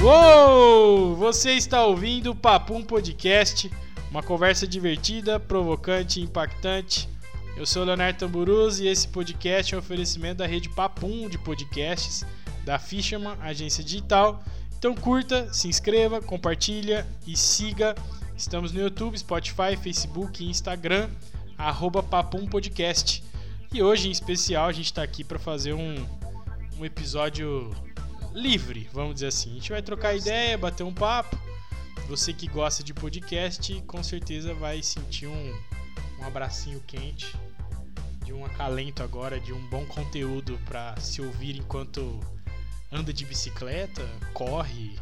Uou! Você está ouvindo o Papum Podcast, uma conversa divertida, provocante e impactante. Eu sou o Leonardo Tamburuzzi e esse podcast é um oferecimento da rede Papum de podcasts da Fisherman, agência digital. Então curta, se inscreva, compartilha e siga. Estamos no YouTube, Spotify, Facebook e Instagram, arroba Papum Podcast. E hoje, em especial, a gente está aqui para fazer um, um episódio livre, vamos dizer assim. A gente vai trocar ideia, bater um papo. Você que gosta de podcast, com certeza vai sentir um, um abracinho quente, de um acalento agora, de um bom conteúdo para se ouvir enquanto anda de bicicleta, corre.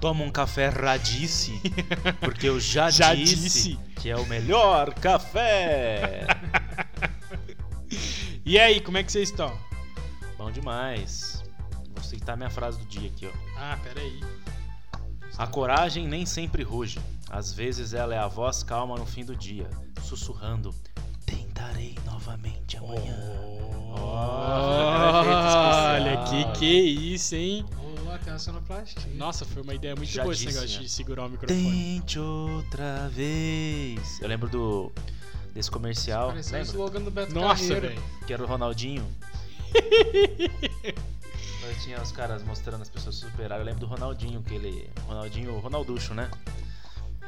Toma um café radice, porque eu já, Já disse, disse. que é o melhor café. E aí, como é que vocês estão? Bom demais. Vou citar minha frase do dia aqui, ó. Ah, peraí. A coragem nem sempre ruge. Às vezes ela é a voz calma no fim do dia, sussurrando: Tentarei novamente amanhã. Olha, que que isso, hein? Olá, tem uma sonoplastia. Nossa, foi uma ideia muito Já boa esse disse, negócio né? de segurar o microfone. Tente outra vez. Eu lembro do desse comercial, Pareceu o lembra? slogan do Beto Nossa, Carreiro. velho. que era o Ronaldinho. Quando tinha os caras mostrando as pessoas se superar, eu lembro do Ronaldinho, que ele. Ronaldinho, Ronalducho, né?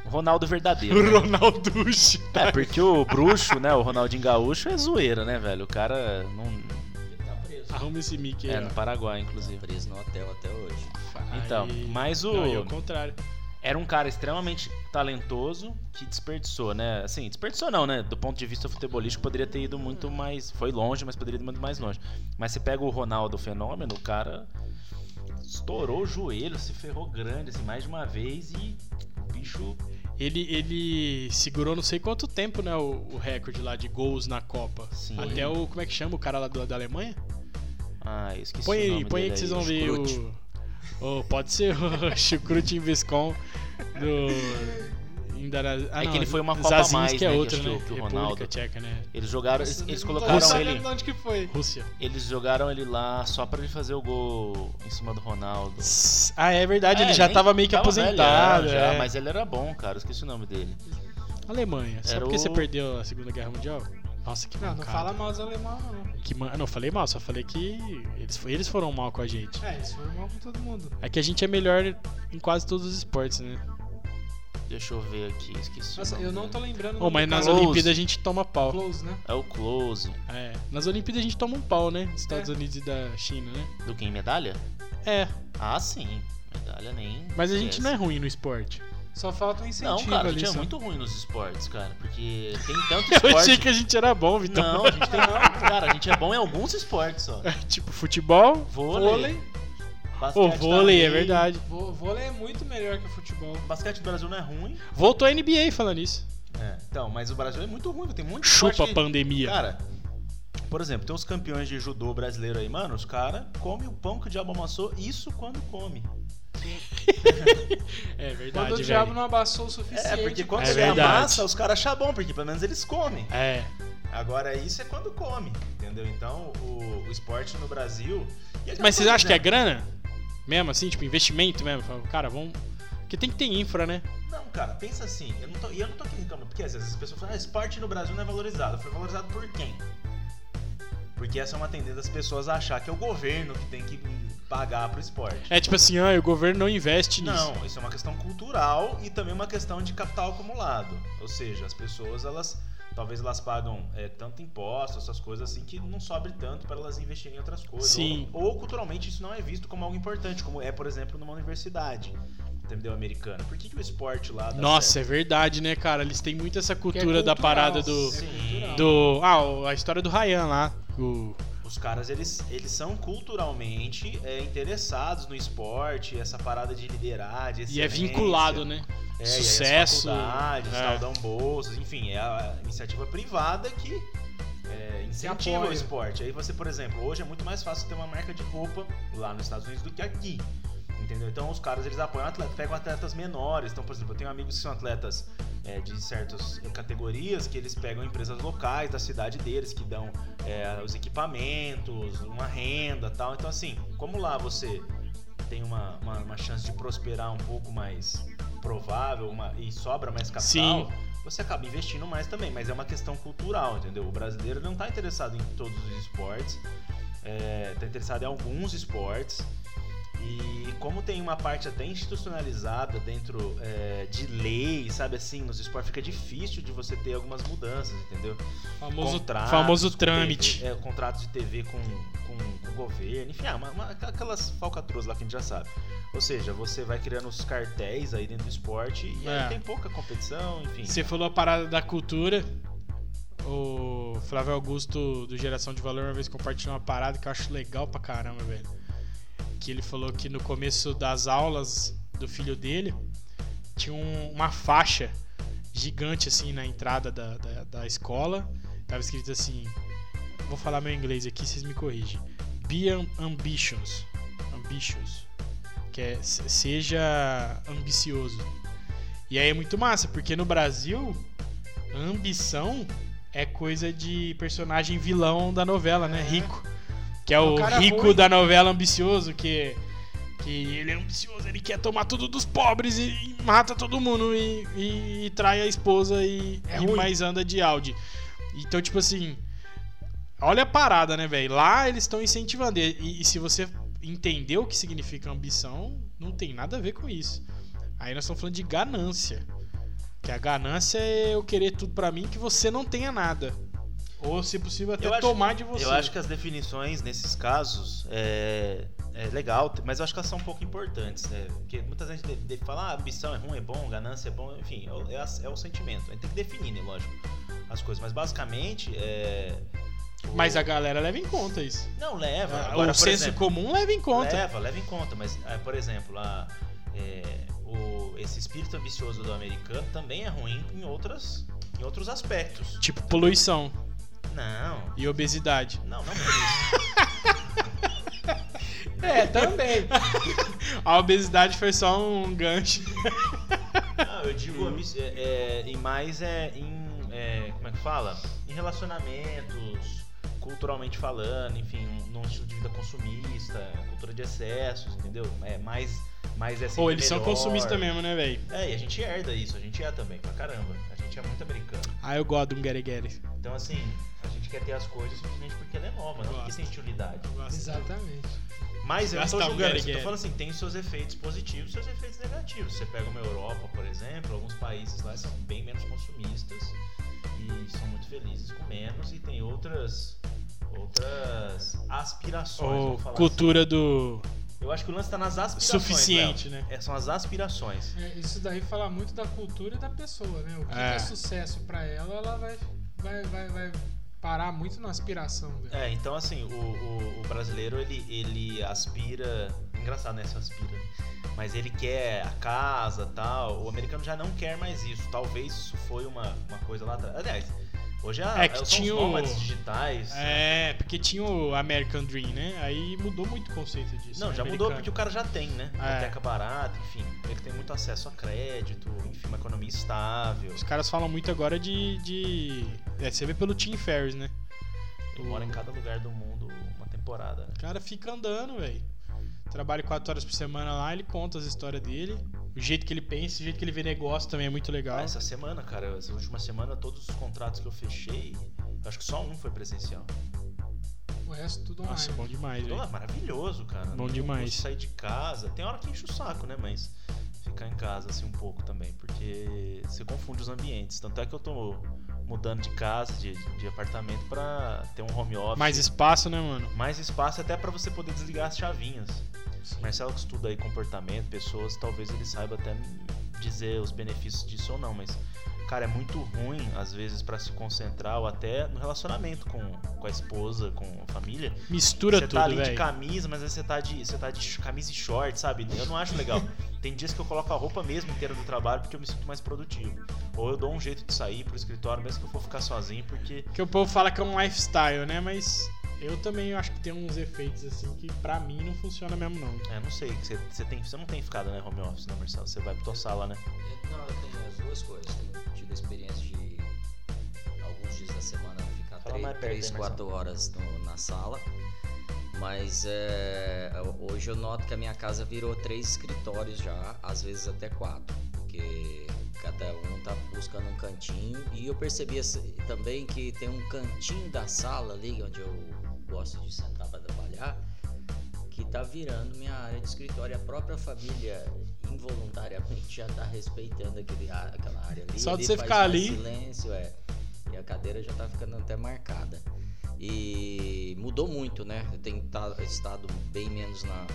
O Ronaldo verdadeiro. né? O Ronalducho. É, porque o bruxo, né? O Ronaldinho Gaúcho é zoeira, né, velho? O cara não. Arruma esse mic aí, É, ó. no Paraguai, inclusive. preso no hotel até hoje. Então, Aí- mas o. Não, e ao contrário. Era um cara extremamente talentoso que desperdiçou, né? Assim, desperdiçou não, né? Do ponto de vista futebolístico, poderia ter ido muito mais. Foi longe, mas poderia ir muito mais longe. Mas você pega o Ronaldo o Fenômeno, o cara estourou o joelho, se ferrou grande, assim, mais de uma vez e o bicho. Ele, ele segurou não sei quanto tempo, né, o, o recorde lá de gols na Copa. Sim. Até o, como é que chama o cara lá do- da Alemanha? Ah, eu esqueci Põe o aí, nome põe aí dele que vocês vão ver o... Oh, pode ser o Chucrute em Viscon do... Indara- Ah, É que não, ele foi uma Copa Zazinski a mais, que é né, que outra, acho que né? o- que o República Ronaldo- Tcheca, né? Eles jogaram, eles, eles Não colocaram tô ele, sabendo de onde que foi. Rússia. eles jogaram ele lá só pra ele fazer o gol em cima do Ronaldo. Ah, é verdade, ele É, já nem tava meio que velho, aposentado. já, é. mas ele era bom, cara, eu esqueci o nome dele. Alemanha, só Era porque o- você perdeu a Segunda Guerra Mundial? Nossa, que Não, não mancada. fala mal dos alemão, não. Que man... Não, eu falei mal, só falei que eles, fo- eles foram mal com a gente. É, isso foi mal com todo mundo. É que a gente é melhor em quase todos os esportes, né? Deixa eu ver aqui, esqueci. Nossa, o nome eu não tô dele. lembrando. o Oh, nome mas do nas cara. Close. Olimpíadas a gente toma pau. Close, né? É o Close. É, nas Olimpíadas a gente toma um pau, né? Dos Estados É. Unidos e da China, né? Do quem? Medalha? É, Ah, sim. Medalha nem. mas a gente esquece. não é ruim no esporte. Só falta um incentivo Não, cara, a ali. gente é só. muito ruim nos esportes, cara. Porque tem tanto Eu achei esporte. que a gente era bom, Vitão. Não, a gente tem. Cara, a gente é bom em alguns esportes só. tipo, futebol. Vôlei. Vôlei. basquete Pô, tá vôlei, é ruim. verdade. Vô- Vôlei é muito melhor que o futebol. Basquete do Brasil não é ruim. Voltou a NBA falando isso. É. Então, mas o Brasil é muito ruim, tem muito esporte Chupa que- a pandemia. Cara, por exemplo, tem uns campeões de judô brasileiro aí, mano, os caras comem o pão que o diabo amassou, isso quando come. é verdade, Quando o velho. diabo não abaçou o suficiente. É, porque quando É você verdade. amassa, os caras acham bom, porque pelo menos eles comem. É, Agora, isso é quando come, entendeu? Então, o, o esporte no Brasil... e aquela Mas vocês coisa, acham que é né? grana? Mesmo assim, tipo, investimento mesmo? Fala, Cara, vamos. Porque tem que ter infra, né? Não, cara, pensa assim, eu não tô, e eu não tô aqui reclamando, porque às vezes as pessoas falam, ah, esporte no Brasil não é valorizado. Foi valorizado por quem? Porque essa é uma tendência das pessoas a achar que é o governo que tem que pagar pro esporte. É tipo assim, ah, o governo não investe nisso. Não, isso é uma questão cultural e também uma questão de capital acumulado. Ou seja, as pessoas, elas talvez elas pagam é, tanto imposto, essas coisas assim, que não sobre tanto para elas investirem em outras coisas. Sim. Ou, ou, culturalmente isso não é visto como algo importante, como é, por exemplo, numa universidade, entendeu? Americana. Por que, que o esporte lá. dá Nossa, certo? é verdade, né, cara? Eles têm muito essa tá Porque é cultura da cultural, parada do. é cultural. do ah, o- a história do Ryan lá. O, Os caras, eles, eles são culturalmente é, interessados no esporte, essa parada de liderar, de e é excelência. vinculado, né? É, e aí as Sucesso, faculdades, é. tal, dão bolsas, enfim, é a iniciativa privada que é, incentiva apoia. o esporte. Aí você, por exemplo, hoje é muito mais fácil ter uma marca de roupa lá nos Estados Unidos do que aqui. Entendeu? Então os caras eles apoiam atletas, pegam atletas menores. Então, por exemplo, eu tenho amigos que são atletas é, de certas categorias que eles pegam empresas locais da cidade deles que dão é, os equipamentos, uma renda tal. Então, assim, como lá você tem uma, uma, uma chance de prosperar um pouco mais provável uma- e sobra mais capital, Sim. você acaba investindo mais também. Mas é uma questão cultural, entendeu? O brasileiro não está interessado em todos os esportes, está interessado em alguns esportes. E como tem uma parte até institucionalizada dentro é, de lei, sabe assim, nos esportes fica difícil de você ter algumas mudanças, entendeu? Famoso, Contratos famoso com trâmite. TV, é, contratos de TV com, com- com o governo, enfim, ah, uma- uma- aquelas falcatruas lá que a gente já sabe. Ou seja, você vai criando os cartéis aí dentro do esporte e É. aí tem pouca competição, enfim. Você falou a parada da cultura. O Flávio Augusto do Geração de Valor uma vez compartilhou uma parada que eu acho legal pra caramba, velho. Que ele falou que no começo das aulas do filho dele tinha um- uma faixa gigante assim na entrada da, da, da escola. Tava escrito assim: Vou falar meu inglês aqui, vocês me corrigem. Be am- ambitions. Ambitious. Que é se- seja ambicioso. E aí é muito massa, porque no Brasil, a ambição é coisa de personagem vilão da novela, né? É. Rico. Que é O o cara rico ruim. da novela ambicioso, que, que ele é ambicioso, ele quer tomar tudo dos pobres e, e mata todo mundo e, e- e trai a esposa e, É e ruim. mais anda de Audi. Então, tipo assim, olha a parada, né, velho? Lá eles estão incentivando. E, e se você entender o que significa ambição, não tem nada a ver com isso. Aí nós estamos falando de ganância. Que a ganância é eu querer tudo pra mim que você não tenha nada. Ou, se possível, até Eu acho- tomar de você. Eu acho que as definições nesses casos é, é legal, mas eu acho que elas são um pouco importantes, né? Porque muita gente de, de fala, ah, ambição é ruim, é bom, ganância é bom, enfim, é, o- é a- é o sentimento. A gente tem que definir, né, lógico, as coisas. Mas basicamente é. o- Mas a galera leva em conta isso. Não leva. Ah, Agora, o por senso exemplo, né? comum leva em conta. Leva, leva em conta, mas, ah, por exemplo, a- é, o- esse espírito ambicioso do americano também é ruim em, outras, em outros aspectos. Tipo poluição Não, e obesidade. não, não é isso. É, também. A obesidade foi só um gancho. Não, eu digo ambi- é, é, em mais é, em. é, como é que fala? Em relacionamentos, culturalmente falando, enfim, um- num estilo de vida consumista, cultura de excessos, entendeu? É mais. mais é Ou sempre eles são melhor. consumistas mesmo, né, velho? É, e a gente herda isso, a gente é também, pra caramba. A gente é muito americano. Ah, eu gosto de um Gary Gary. Então, assim, a gente quer ter as coisas simplesmente porque ela é nova, não porque Gosto. tem utilidade. Exatamente. Mas eu não tô Gastar um julgando, isso, eu guerreiro. tô falando assim, tem os seus efeitos positivos e seus efeitos negativos. Você pega uma Europa, por exemplo, alguns países lá são bem menos consumistas e são muito felizes com menos e tem outras outras aspirações, Ou vamos falar cultura do assim. Eu acho que o lance tá nas aspirações. suficiente, né? Léo. É, são as aspirações. É, isso daí fala muito da cultura e da pessoa, né? O que É. é, sucesso pra ela, ela vai, vai, vai, vai parar muito na aspiração dela. É, então assim, o, o- o brasileiro ele, ele aspira. Engraçado, né? Se aspira. Mas ele quer a casa tal. O americano já não quer mais isso. Talvez isso foi uma, uma coisa lá atrás. Aliás, hoje a, É que são tinha o- os nômades digitais. É, porque tinha o American Dream, né? Aí mudou muito o conceito disso. Não, né, já mudou porque americano. o cara já tem, né? É. Biblioteca barata, enfim. Ele tem muito acesso a crédito, enfim, uma economia estável. Os caras falam muito agora de. de... É, você vê pelo Tim Ferriss, né? Ele mora em cada lugar do mundo uma temporada. né? O cara fica andando, velho. Trabalha quatro horas por semana lá, ele conta as histórias dele. O jeito que ele pensa, o jeito que ele vê negócio também é muito legal. Ah, essa semana, cara, essa última semana, todos os contratos que eu fechei, eu acho que só um foi presencial. O resto tudo online. Nossa, bom demais, Então, velho. é maravilhoso, cara. Bom Não demais. custa Sair de casa. Tem hora que enche o saco, né? Mas ficar em casa assim um pouco também, porque você confunde os ambientes. Tanto é que eu tô mudando de casa, de, de apartamento pra ter um home office. Mais espaço, né, mano? mais espaço até pra você poder desligar as chavinhas. Sim. Marcelo que estuda aí comportamento, pessoas, talvez ele saiba até dizer os benefícios disso ou não, mas cara, é muito ruim às vezes pra se concentrar ou até no relacionamento com, com a esposa, com a família, Mistura você tudo, tá ali de velho. camisa, mas aí você tá de, você tá de sh- camisa e short, sabe? Eu não acho legal. Tem dias que eu coloco a roupa mesmo inteira do trabalho porque eu me sinto mais produtivo. Ou eu dou um jeito de sair pro escritório, mesmo que eu for ficar sozinho, porque. Porque o povo fala que é um lifestyle, né? Mas eu também acho que tem uns efeitos assim que pra mim não funciona mesmo, não. É, não sei, você, você, tem, você não tem ficado, né, home office, né, Marcelo? Você vai pra tua sala, né? Eu- Não, eu tenho as duas coisas. Tenho tido a experiência de alguns dias da semana ficar Fala mais perto 3, aí, Marcelo. 4 horas no- na sala. Mas é, hoje eu noto que a minha casa virou três escritórios já, às vezes até quatro, porque cada um tá buscando um cantinho. E eu percebi assim, também que tem um cantinho da sala ali, onde eu gosto de sentar para trabalhar, que tá virando minha área de escritório. A própria família involuntariamente já tá respeitando aquele, a- aquela área ali. Só de Ali você faz ficar mais ali. Silêncio, é. E a cadeira já tá ficando até marcada. E mudou muito, né? Eu tenho ta- estado bem menos na.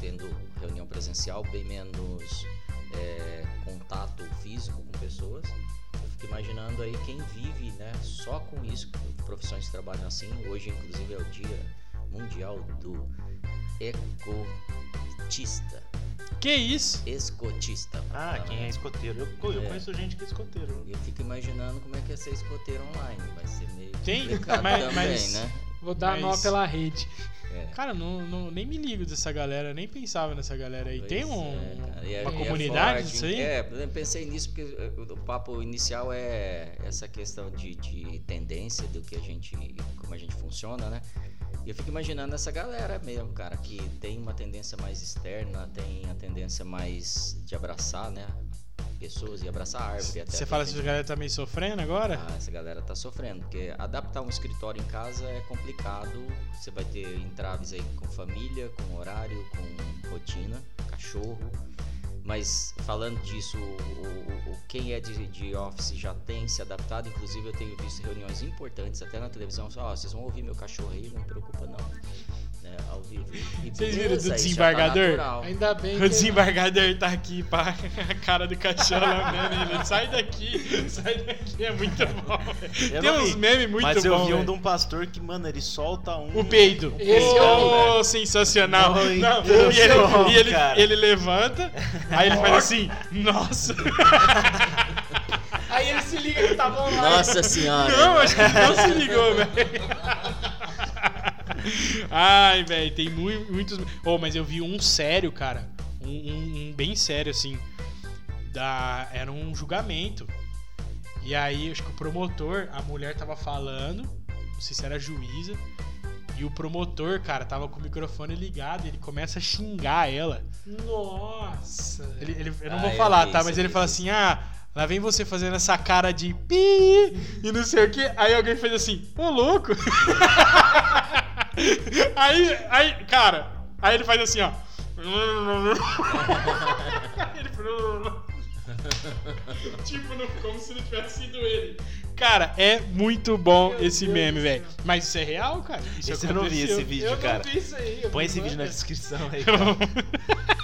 tendo reunião presencial, bem menos é, contato físico com pessoas. Eu fico imaginando aí quem vive, né? Só com isso, com profissões que trabalham assim. Hoje, inclusive, é o Dia Mundial do Ecotista. Que isso? Escotista. pra Ah, falar, quem né? é escoteiro? Eu, co- eu É. conheço gente que é escoteiro. Eu fico imaginando como é que é ser escoteiro online. Vai ser meio Tem, complicado mas- também, mas- né? Vou dar Mas- nó pela rede. É. Cara, não, não- nem me ligo dessa galera, nem pensava nessa galera aí. Tem Pois um, é, cara. E é- uma e é comunidade forte, disso hein? aí? É, eu pensei nisso porque eh, o papo inicial é essa questão de, de tendência do que a gente, como a gente funciona, né? E eu fico imaginando essa galera mesmo, cara, que tem uma tendência mais externa, tem a tendência mais de abraçar, né? Pessoas e abraçar a árvore. até Você fala porque que a galera tá meio sofrendo agora? ah, essa galera tá sofrendo, porque adaptar um escritório em casa é complicado. Você vai ter entraves aí com família, com horário, com rotina, cachorro. Mas falando disso, o, o- o- quem é de, de office já tem se adaptado. Inclusive, eu tenho visto reuniões importantes até na televisão. Só, ó, vocês vão ouvir meu cachorro aí, não preocupa não. Né, ao vivo. E Vocês viram beleza, do isso já tá desembargador? natural. Ainda bem que. O desembargador tá aqui, pá. A cara do cachorro lá mesmo. Ele sai daqui, sai daqui. É muito bom. Tem Eu não uns vi, memes muito Mas eu bom, né? vi um velho. de um pastor que, mano, ele solta um. né? O peido. Esse é oh, o- sensacional. Muito Não, e ele, bom, e ele, cara. ele levanta, aí ele faz assim, nossa. Aí ele se liga que tá bom lá. Nossa senhora! Não, acho que não se ligou, velho. Ai, velho, tem mui- muitos. Oh, mas eu vi um sério, cara. Um, um- um bem sério, assim. Da... Era um julgamento. E aí, acho que o promotor, a mulher tava falando, não sei se era juíza. E o promotor, cara, tava com o microfone ligado, ele começa a xingar ela. Nossa. Ele, ele- eu não Ah, vou eu falar, vi tá? isso, Mas eu ele vi fala isso. assim: ah, lá vem você fazendo essa cara de pi e não sei o quê. Aí alguém fez assim: ô louco! aí, aí, cara, aí ele faz assim, ó. Ele- tipo, não, como se não tivesse sido ele. Cara, é muito bom Meu esse Deus meme, do velho. céu. Mas isso é real, cara? Isso Esse eu não vi aconteceu. esse vídeo, eu cara. não vi isso aí. eu Põe vi esse vídeo na várias. descrição aí, cara.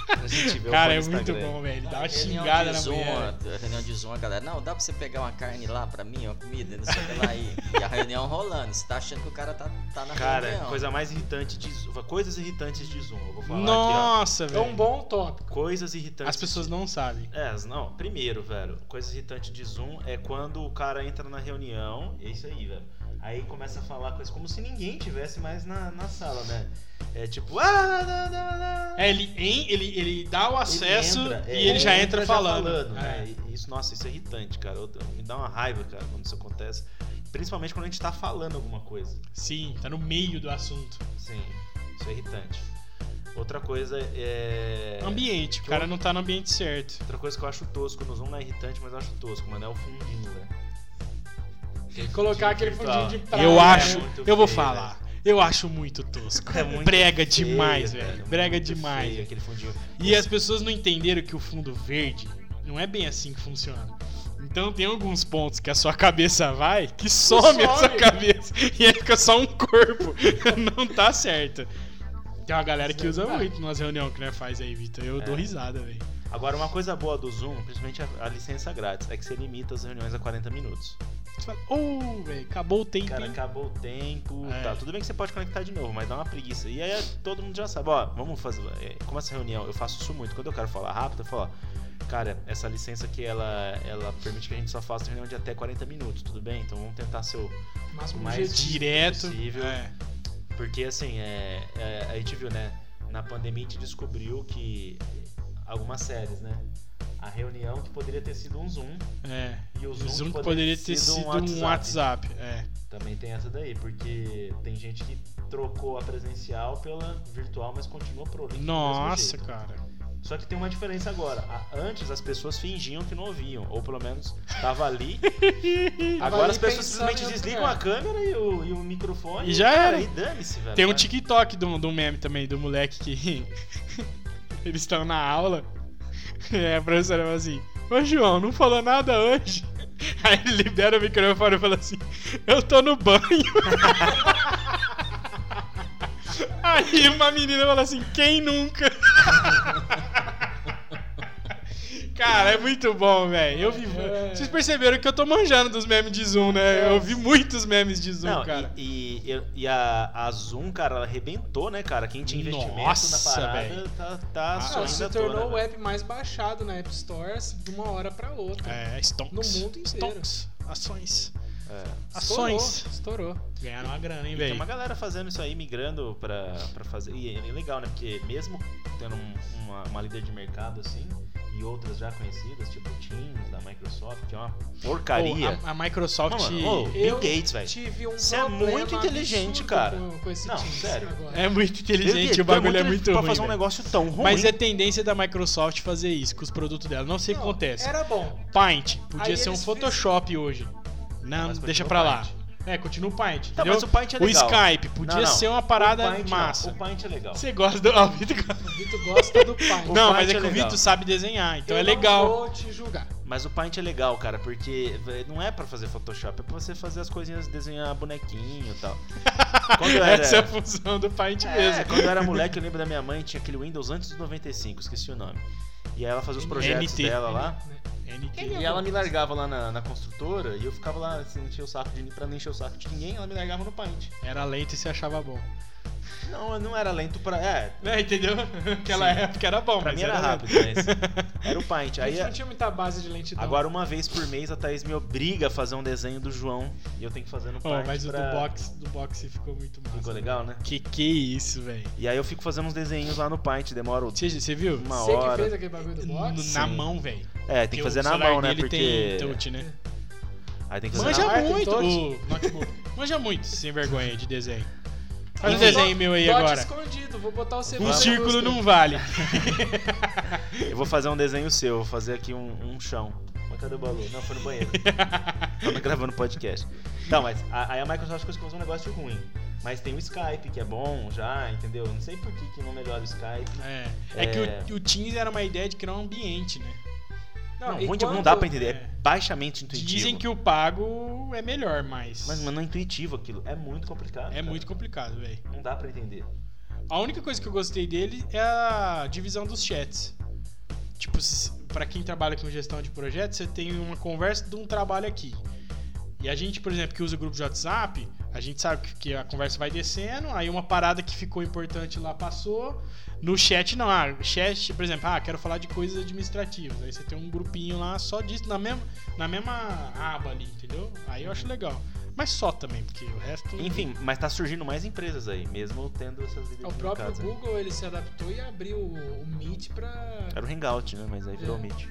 Pra gente ver, eu Cara, é ponho no muito Instagram. é um bom, velho. Dá uma Reunião xingada de na Zoom, mulher. ó, Reunião de Zoom, a galera. Não, dá pra você pegar uma carne lá pra mim, uma comida, não sei o que lá. E, e a reunião rolando. Você tá achando que o cara tá, tá na Cara, reunião. coisa mais irritante de Zoom. Coisas irritantes de Zoom. Eu vou falar aqui, Nossa, É velho. um bom tópico. ó. Coisas irritantes. As pessoas não sabem. É, não, primeiro, velho, coisa irritante de Zoom é quando o cara entra na reunião, é isso aí, velho. Aí começa a falar coisas como se ninguém tivesse mais na, na sala, né? É tipo, ah, não, não, não, não. É, ele, em- ele, ele dá o Ele acesso entra, é, e ele já entra, falando. né? É. E Isso, nossa, isso é irritante, cara. Eu- me dá uma raiva, cara, quando isso acontece. Principalmente quando a gente tá falando alguma coisa. Sim, tá no meio do assunto. Sim, isso é irritante. Outra coisa é. Ambiente, o que cara não tá no ambiente certo. Outra coisa que eu acho tosco no Zoom não é irritante, mas eu acho tosco, mano, é o fundinho, velho. Colocar aquele virtual. fundinho de praia. né? eu é acho, muito eu vou feio, né? falar. Eu acho muito tosco. É muito Brega feio, É demais, velho. Brega demais. feio aquele fundinho. E as pessoas não entenderam que o fundo verde não é bem assim que funciona. Então tem alguns pontos que a sua cabeça vai, que some, a sua some. cabeça. E aí fica só um corpo. não tá certo. Tem uma galera que usa muito nas reuniões que nós faz aí, Vitor. Eu dou risada, velho. Agora, uma coisa boa do Zoom, principalmente a, a licença grátis, é que você limita as reuniões a 40 minutos. Você fala, ô, velho, acabou o tempo. Cara, hein?" acabou o tempo. É. Tá, tudo bem que você pode conectar de novo, mas dá uma preguiça. E aí todo mundo já sabe, ó, vamos fazer. é, Como essa reunião, eu faço isso muito. Quando eu quero falar rápido, eu falo, ó, cara, essa licença aqui, ela, ela permite que a gente só faça reunião de até 40 minutos, tudo bem? Então vamos tentar ser o Máximo mais um jeito. direto. possível. É. Porque assim, é, é, a gente viu, né? Na pandemia a gente descobriu que algumas séries, né? a reunião que poderia ter sido um Zoom É. e o O Zoom, Zoom que poderia ter sido um WhatsApp. É. Também tem essa daí, porque tem gente que trocou a presencial pela virtual, mas continua pro link do mesmo Nossa, jeito. cara. Só que tem uma diferença agora. A- Antes as pessoas fingiam que não ouviam, ou pelo menos tava ali. Tava Agora ali as pessoas pensando simplesmente em é. outro desligam lugar. a câmera e o, e o microfone. E já cara, era. E dane-se, velho. Tem um Vai. TikTok do, do meme também, do moleque que. Eles estão na aula. É, a professora fala assim: Ô João, não falou nada hoje. Aí ele libera o microfone e fala assim: Eu tô no banho. Aí uma menina fala assim: Quem nunca? Cara, é muito bom, velho. Eu vi. É. Vocês perceberam que eu tô manjando dos memes de Zoom, né? Eu vi muitos memes de Zoom, Não, cara. e, e- e- e a, a Zoom, cara, ela arrebentou, né, cara? Quem tinha investimento Nossa, na velho. parada tá, tá Ah, Cara, sonhando se à tornou tona, o velho. app mais baixado na App Store assim, de uma hora pra outra. É, Stonks. No mundo inteiro. Stonks. Ações. É. Estourou, Ações. Estourou. Ganharam uma grana, hein, E Tem velho? uma galera fazendo isso aí, migrando pra, pra fazer. E é legal, né? Porque mesmo tendo um- uma, uma líder de mercado assim, e outras já conhecidas, tipo Teams, da Microsoft, que é uma porcaria. Pô, a, a Microsoft. Não, mano, ô, Bill Eu Gates, velho. Tive um Você é problema muito inteligente, absurdo cara. Com, com esse Não, Teams sério. Agora. É muito Bill Gates, inteligente, o pô, bagulho é muito pra ruim. fazer um velho. negócio tão ruim. Mas é tendência da Microsoft fazer isso com os produtos dela. Não sei o que Não, acontece. Era bom. Paint podia Aí ser um eles Photoshop hoje. Não, Mas deixa continua pra o lá. Paint. É, continua o Paint. Tá, entendeu? mas o Paint é o legal. Skype podia Não, não. ser uma parada O Paint não, massa. O Paint é legal. Você gosta do. Ó, o Vitor gosta. O Vitor gosta do pai. Não, Paint mas é é que o legal. Vitor sabe desenhar, então Eu é não legal. vou te julgar. Mas o Paint é legal, cara, porque vé, não é pra fazer Photoshop, é pra você fazer as coisinhas, desenhar bonequinho e tal. Quando eu era, Essa é a função do Paint é, mesmo. quando eu era moleque, eu lembro da minha mãe, tinha aquele Windows antes do 95, esqueci o nome. E aí ela fazia os projetos NT. dela lá. NT. E ela me largava lá na, na construtora e eu ficava lá, assim, encher o saco de pra não encher o saco de ninguém, ela me largava no Paint. Era lento e se achava bom. Não, eu não era lento pra. É, Né, entendeu? Aquela Sim. época era bom, pra mas mim era rápido, mas. Era o Paint. A Aí, é- gente não tinha muita base de lentidão. agora, uma vez por mês, a Thaís me obriga a fazer um desenho do João. E eu tenho que fazer no Pô, Paint. mas o pra- do boxe, do boxe ficou muito massa. Ficou legal, né? Que que isso, velho? E aí eu fico fazendo uns desenhos lá no Paint, demora o- Você você viu? uma Você que hora. fez aquele bagulho do box? Na mão, velho. É, tem Porque que o fazer na celular mão, né? dele Porque. Tem touch, né? Aí tem que fazer Manja na celular tem muito. touch. o notebook. Manja muito, sem vergonha de desenho. Faz um Vou desenho bo- meu aí bote agora. escondido, vou botar o Um segundo. círculo não vale. Eu vou fazer um desenho seu, vou fazer aqui um, um chão. Mas cadê o Balu? Não, foi no banheiro. Tava gravando podcast. Não, mas a- aí a Microsoft conseguiu fazer um negócio ruim. Mas tem o Skype, que é bom já, entendeu? Não sei por que, que não melhora o Skype. É, é que o, o Teams era uma ideia de criar um ambiente, né? Não, e ruim de- não quando- dá pra entender, é. é baixamente intuitivo. Dizem que o pago é melhor, mas, Mas, mano, não é intuitivo aquilo. É muito complicado. é cara. muito complicado, velho. Não dá pra entender. A única coisa que eu gostei dele é a divisão dos chats. Tipo, se- pra quem trabalha com gestão de projetos, você tem uma conversa de um trabalho aqui. E a gente, por exemplo, que usa o grupo de WhatsApp, a gente sabe que- que a conversa vai descendo, aí uma parada que ficou importante lá passou. No chat não, ah, chat, por exemplo, ah, quero falar de coisas administrativas. Aí você tem um grupinho lá só disso, na mesma, na mesma aba ali, entendeu? Aí eu acho legal. Mas só também, porque o resto. Enfim, mas tá surgindo mais empresas aí, mesmo tendo essas ideias O próprio Google ele se adaptou e abriu o o Meet pra. Era o Hangout, né? Mas aí virou o Meet.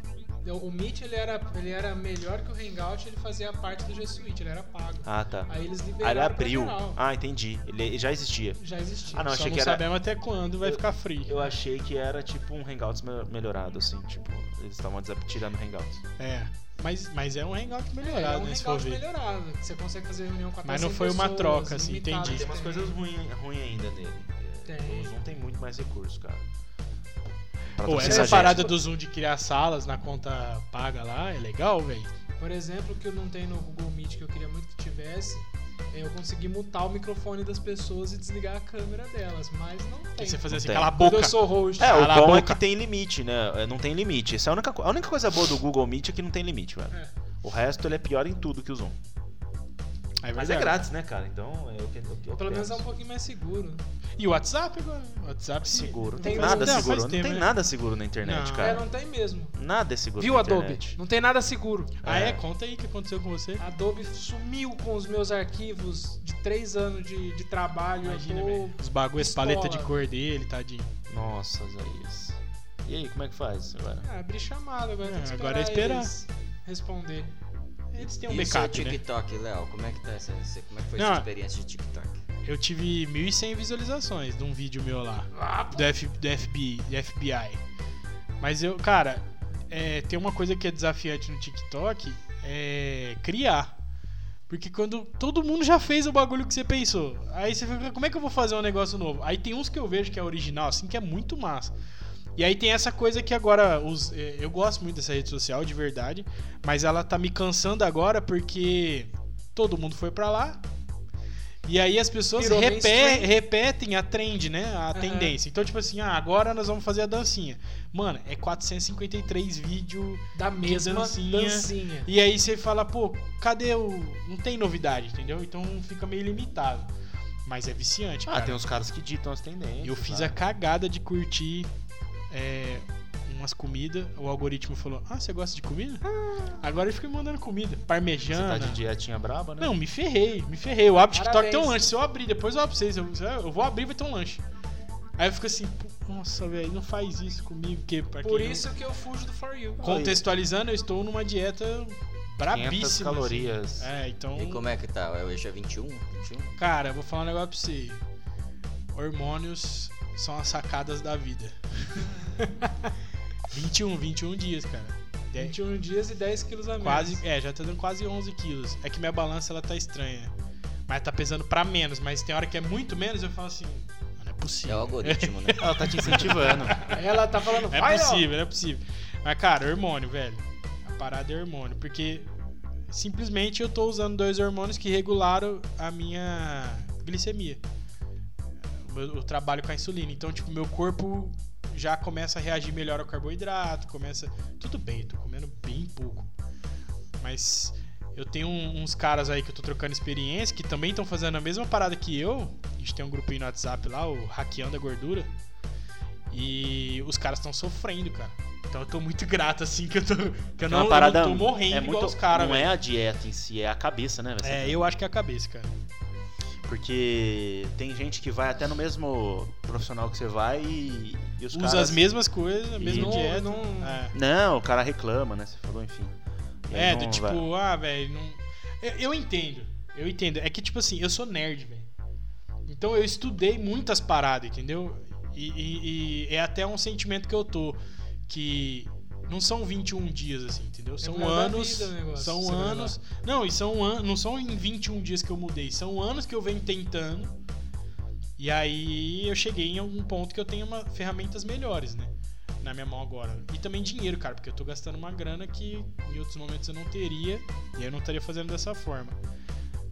O Meet ele era, ele era melhor que o Hangout, ele fazia parte do G Suite, ele era pago. Ah, tá. Aí eles Ah, ele liberaram. pra abriu. geral. Ah, entendi. Ele já existia. Já existia. Ah, não, só achei não que era. sabemos até quando vai Eu- ficar free. Eu achei que era tipo um Hangouts me- melhorado, assim. Tipo, eles estavam desap- tirando Hangouts. É, mas, mas é um hangout melhorado, é um né? Se for Hangout ver. melhorado, que você consegue fazer reunião com a Mas não foi uma troca, assim, entendi. Tem umas coisas ruins ruim ainda nele. É, Tem. O Zoom tem muito mais recurso, cara. Pra Pô, torcer essa pra parada do Zoom de criar salas na conta paga lá é legal, velho. Por exemplo, que eu não tenho no Google Meet que eu queria muito que tivesse, é eu consegui mutar o microfone das pessoas e desligar a câmera delas, mas não tem. Aí você fazer assim, Tem. cala a Quando boca. eu sou host. É, o Cala a bom é boca. que tem limite, né? É, Não tem limite. Essa é a única, co- a única coisa boa do Google Meet é que não tem limite, velho. É. O resto ele é pior em tudo que o Zoom. Aí vai Mas é dar. grátis, né, cara? Então é o que eu, eu Pelo menos é penso. um pouquinho mais seguro. E o WhatsApp agora? O WhatsApp se- seguro. Não Tem tem mais- nada Não, seguro. faz Não tempo, tem né? nada seguro na internet, Não. É, cara. não tem mesmo. Nada é seguro Viu, na Adobe? internet. Não tem nada seguro. Ah, é? É. Ah, Conta aí o que aconteceu com você. A Adobe sumiu com os meus arquivos de três anos de, de trabalho. eu Imagina, tô- velho. Os bagulhos, pistola. paleta de cor dele, tadinho. Nossa, Isaías. E aí, como é que faz agora? Ah, abrir chamada, agora tem que É, esperar, agora é esperar. eles responder. Eles têm um E o seu backup, né? TikTok, Léo, como é que tá essa, essa- como é que foi Não, sua experiência de TikTok? Eu tive 1.100 visualizações de um vídeo meu lá. Do, F, do, FB, do FBI. Mas eu, cara, é, tem uma coisa que é desafiante no TikTok: é criar. Porque quando todo mundo já fez o bagulho que você pensou, aí você fica, como é que eu vou fazer um negócio novo? Aí tem uns que eu vejo que é original, assim, que é muito massa. E aí tem essa coisa que agora os, é, eu gosto muito dessa rede social de verdade, mas ela tá me cansando agora porque todo mundo foi pra lá. E aí as pessoas Virou repe- mainstream. repetem a trend, né? A Aham. tendência. Então, tipo assim, ah, agora nós vamos fazer a dancinha. Mano, é 453 vídeo Da mesma dancinha. dancinha. e aí você fala, pô, cadê o. Não tem novidade, entendeu? Então fica meio limitado. Mas é viciante, Ah, cara. tem uns caras que ditam as tendências. né? Eu fiz lá. a cagada de curtir é, umas comidas. O algoritmo falou: Ah, você gosta de comida? Agora ele fica me mandando comida. Você tá Parmejana. de dietinha braba, né? Não, me ferrei, me ferrei. Eu abro o TikTok Parabéns. tem um lanche. Se eu abrir, depois eu abro pra vocês. Eu, eu vou abrir, vai ter um lanche. Aí eu fico assim, "Pô, nossa, velho, não faz isso comigo. Porque, pra Por quem não- isso que eu fujo do For You. contextualizando, eu estou numa dieta 500 brabíssima. assim. calorias. É, então. E como é que tá? Hoje é 21? 21? Cara, eu vou falar um negócio pra você. Hormônios são as sacadas da vida. 21, 21 dias, cara. De- 21 dias e 10 quilos a menos. Quase, é, já tá dando quase 11 quilos. É que minha balança ela tá estranha. Mas tá pesando pra menos, mas tem hora que é muito menos, eu falo assim, "Ah, não é É o possível. algoritmo, né? Ela tá te incentivando. Ela tá falando, Não vai é possível, não é possível. Mas, cara, é hormônio, velho. A parada é hormônio, porque simplesmente eu tô usando dois hormônios que regularam a minha glicemia. O meu- Eu trabalho com a insulina, então, tipo, meu corpo já começa a reagir melhor ao carboidrato, começa... Tudo bem, eu tô comendo bem pouco. Mas eu tenho um- uns caras aí que eu tô trocando experiência, que também estão fazendo a mesma parada que eu. A gente tem um grupinho no WhatsApp lá, o Hackeando a Gordura. E os caras estão sofrendo, cara. Então eu tô muito grato, assim, que eu tô. Que eu É não, eu uma não parada tô morrendo é igual muito, os caras, Não velho. é a dieta em si, é a cabeça, né? velho? É, eu acho que é a cabeça, cara. Porque tem gente que vai até no mesmo profissional que você vai e, e os Usa caras... as mesmas coisas, a mesma E- dieta. Não, não- É, Não, o cara reclama, né? Você falou, enfim. E aí é não do tipo, vai. ah, velho, não. Eu, eu entendo, eu entendo. É que, tipo assim, eu sou nerd, velho. Então eu estudei muitas paradas, entendeu? E, e- e é até um sentimento que eu tô. Que não são 21 dias, assim, entendeu? São maior É da anos. vida o negócio, são você vai anos. Não, e são anos. Não são em 21 dias que eu mudei, são anos que eu venho tentando. E aí eu cheguei em algum ponto que eu tenho uma, ferramentas melhores, né? Na minha mão agora. E também dinheiro, cara, porque eu tô gastando uma grana que em outros momentos eu não teria. E aí eu não estaria fazendo dessa forma.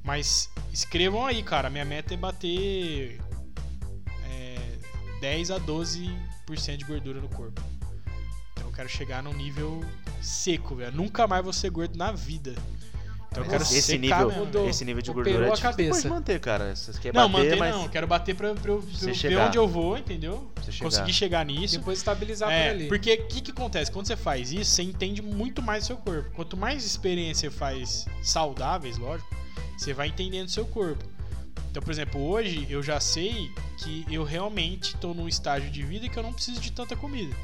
Mas escrevam aí, cara. Minha meta é bater é, 10 a 12% de gordura no corpo. Então eu quero chegar num nível seco, velho. Nunca mais vou ser gordo na vida. Então eu Mas quero esse secar nível- mesmo. Mudou. Esse nível de Operou gordura é a difícil depois cabeça. de manter, cara. Você quer não, bater, manter mas... não. Quero bater pra, pra eu, pra Você eu ver chegar. onde eu vou, entendeu? Você chegar. Conseguir chegar nisso. Depois estabilizar É, por ali. porque o que, que acontece? Quando você faz isso, você entende muito mais seu corpo. Quanto mais experiência você faz saudáveis, lógico, você vai entendendo seu corpo. Então, por exemplo, hoje eu já sei que eu realmente estou num estágio de vida que eu não preciso de tanta comida.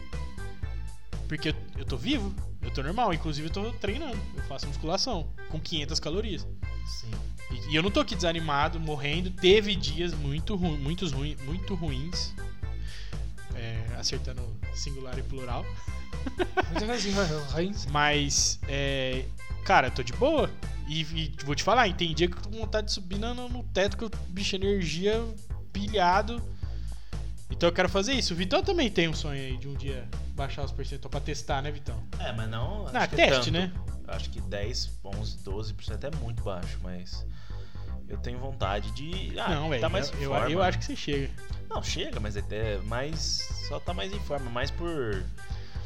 Porque eu, eu tô vivo, eu tô normal, inclusive eu tô treinando, eu faço musculação com 500 calorias. Sim. E, e eu não tô aqui desanimado, morrendo. Teve dias muito ruins, muitos ruins, muito ruins. É, acertando singular e plural. Muito legalzinho, Heinz. Mas, é, cara, eu tô de boa. E, e vou te falar, tem dia que eu tô com vontade de subir no, no teto, que eu, bicho, energia pilhado. Então eu quero fazer isso. O Vitão também tem um sonho aí de um dia baixar os percentual pra testar, né, Vitão? É, mas não... acho Não, que teste, tanto. né? Eu Acho que 10, 11, 12% é muito baixo, mas... Eu tenho vontade de... Ah, não, velho. tá mais eu, em eu, forma. eu acho que você chega. Não, chega, mas é até mais. Só tá mais em forma, mais por.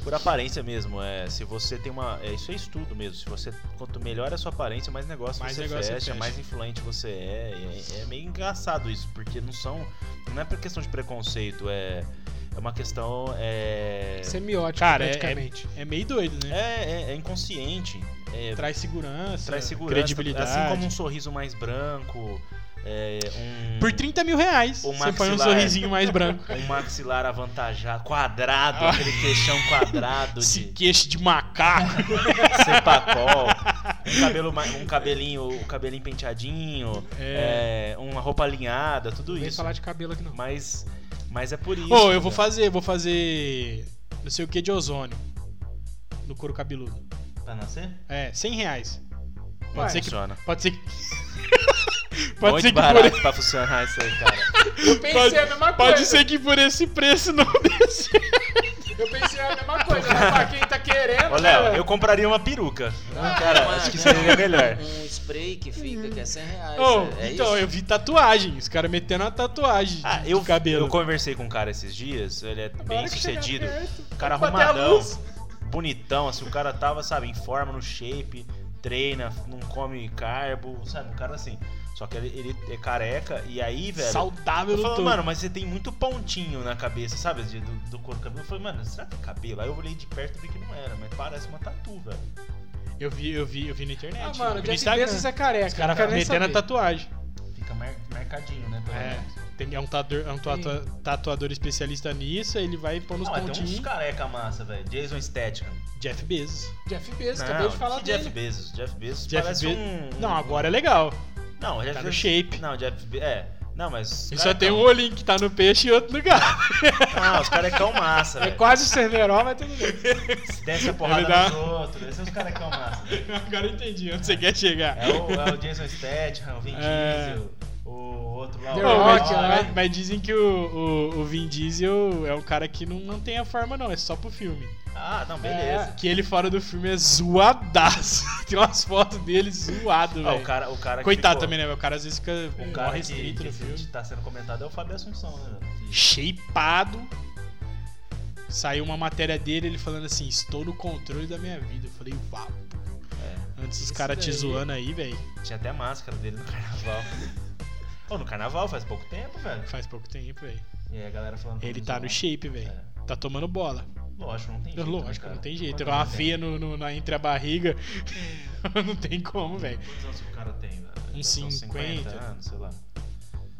Por aparência mesmo. É, se você tem uma. É, isso é estudo mesmo. Se você. Quanto melhor a sua aparência, mais negócio Mais você negócio fecha, você fecha. mais influente você é. É, é meio engraçado isso, porque não são. Não é por questão de preconceito, é. É uma questão. É. Semiótico, Cara, é- praticamente. É meio doido, né? É, é- é inconsciente. É, Tá Traz segurança, traz segurança. credibilidade. Assim como um sorriso mais branco. é, um, Por 30 mil reais, O é você põe um maxilar. sorrisinho mais branco. um maxilar avantajado, quadrado, aquele queixão quadrado Esse de queixo de macaco. sepacol, um, cabelo, ma- um cabelinho, o cabelinho penteadinho, é, uma roupa alinhada, tudo Não vem isso. falar de cabelo aqui não. Mas, mas é por isso. Ô, eu vou cara. fazer, vou fazer não sei o que de ozônio no couro cabeludo. Pra nascer? É, 100 reais. Pode Ué. ser que... Funciona. Pode ser que... pode Muito ser que por... barato pra funcionar isso aí, cara. Eu pensei Pode- a mesma coisa. Pode ser que por esse preço não desse. Eu pensei a mesma coisa. mas pra quem tá querendo. Ô, Léo, cara, eu compraria uma peruca. Ah, Cara, uma- acho que seria melhor. Um spray que fica, que é 100 reais. é Ô, é, é então, isso? eu vi tatuagem. Os caras metendo uma tatuagem Ah, de eu, cabelo. eu conversei com um cara esses dias, ele é na hora bem que chegar sucedido. perto, O cara vai bater a arrumadão, luz. bonitão, assim, o cara tava, sabe, em forma, no shape, treina, não come carbo, sabe? O cara assim. Só que ele, ele é careca e aí, velho. Saudável Eu no falei, todo. mano, mas você tem muito pontinho na cabeça, sabe? de- Do, do couro do cabelo. Eu falei, mano, será que é cabelo? Aí eu olhei de perto e vi que não era, mas parece uma tatu, velho. Eu vi, eu vi, eu vi na internet. Ah, eu mano, vi no Jeff Instagram. Bezos é careca. Os caras não quero nem metendo a saber. tatuagem. Fica mar- marcadinho, né? Pelo É. menos. Tem, é um, tatuador, é um tatua- tatuador especialista nisso, ele vai pôr nos Não, mas tem uns pontinhos. careca massa, velho. Jason Statham. Jeff Bezos. Jeff Bezos, Não, acabei de falar que dele. Jeff Bezos. Jeff Bezos Jeff parece Be- um, um- Não, agora é legal. Não, Jeff tá no Bezos- shape. Não, Jeff Bezos... É. Não, mas... os Ele só tem um carecão- olhinho que tá no peixe e outro no gato. Ah, os carecão massa, É velho. quase o Cerveró, mas tudo bem. Desce a porrada Ele dá- nos outros. Esse é os carecão massa. velho. agora eu entendi onde você quer chegar. É o, é o Jason Statham, o Vin É. Diesel, o outro lá... The o Ô, mas, Rock, Ah, né? mas- mas dizem que o, o, o Vin Diesel é um cara que não, não tem a forma, não, é só pro filme. Ah, não, beleza. Que ele fora do filme é zoadaço. tem umas fotos dele zoado, Ah, o velho. cara, o cara que É. Coitado ficou- também, né? meu? O cara às vezes fica O um cara que, restrito que no filme. esse- tá sendo comentado é o Fábio Assunção, né? velho? Que- shapeado. Saiu uma matéria dele, ele falando assim, estou no controle da minha vida. Eu falei, uau. É. Antes os Esse caras te daí- zoando aí, velho. Tinha até máscara dele no carnaval. Ô, no carnaval faz pouco tempo, velho. Faz pouco tempo, velho. E aí a galera falando. que Ele não tá zoou. no shape, velho. É. Tá tomando bola. Lógico, não tem jeito. né, Lógico, cara? não tem jeito. Quantos Uma anos ele veia no, no- na, entre a barriga. não tem como, velho. tem? Quantos anos o cara tem, velho? Tipo, Deve ter Uns 50. anos, sei lá.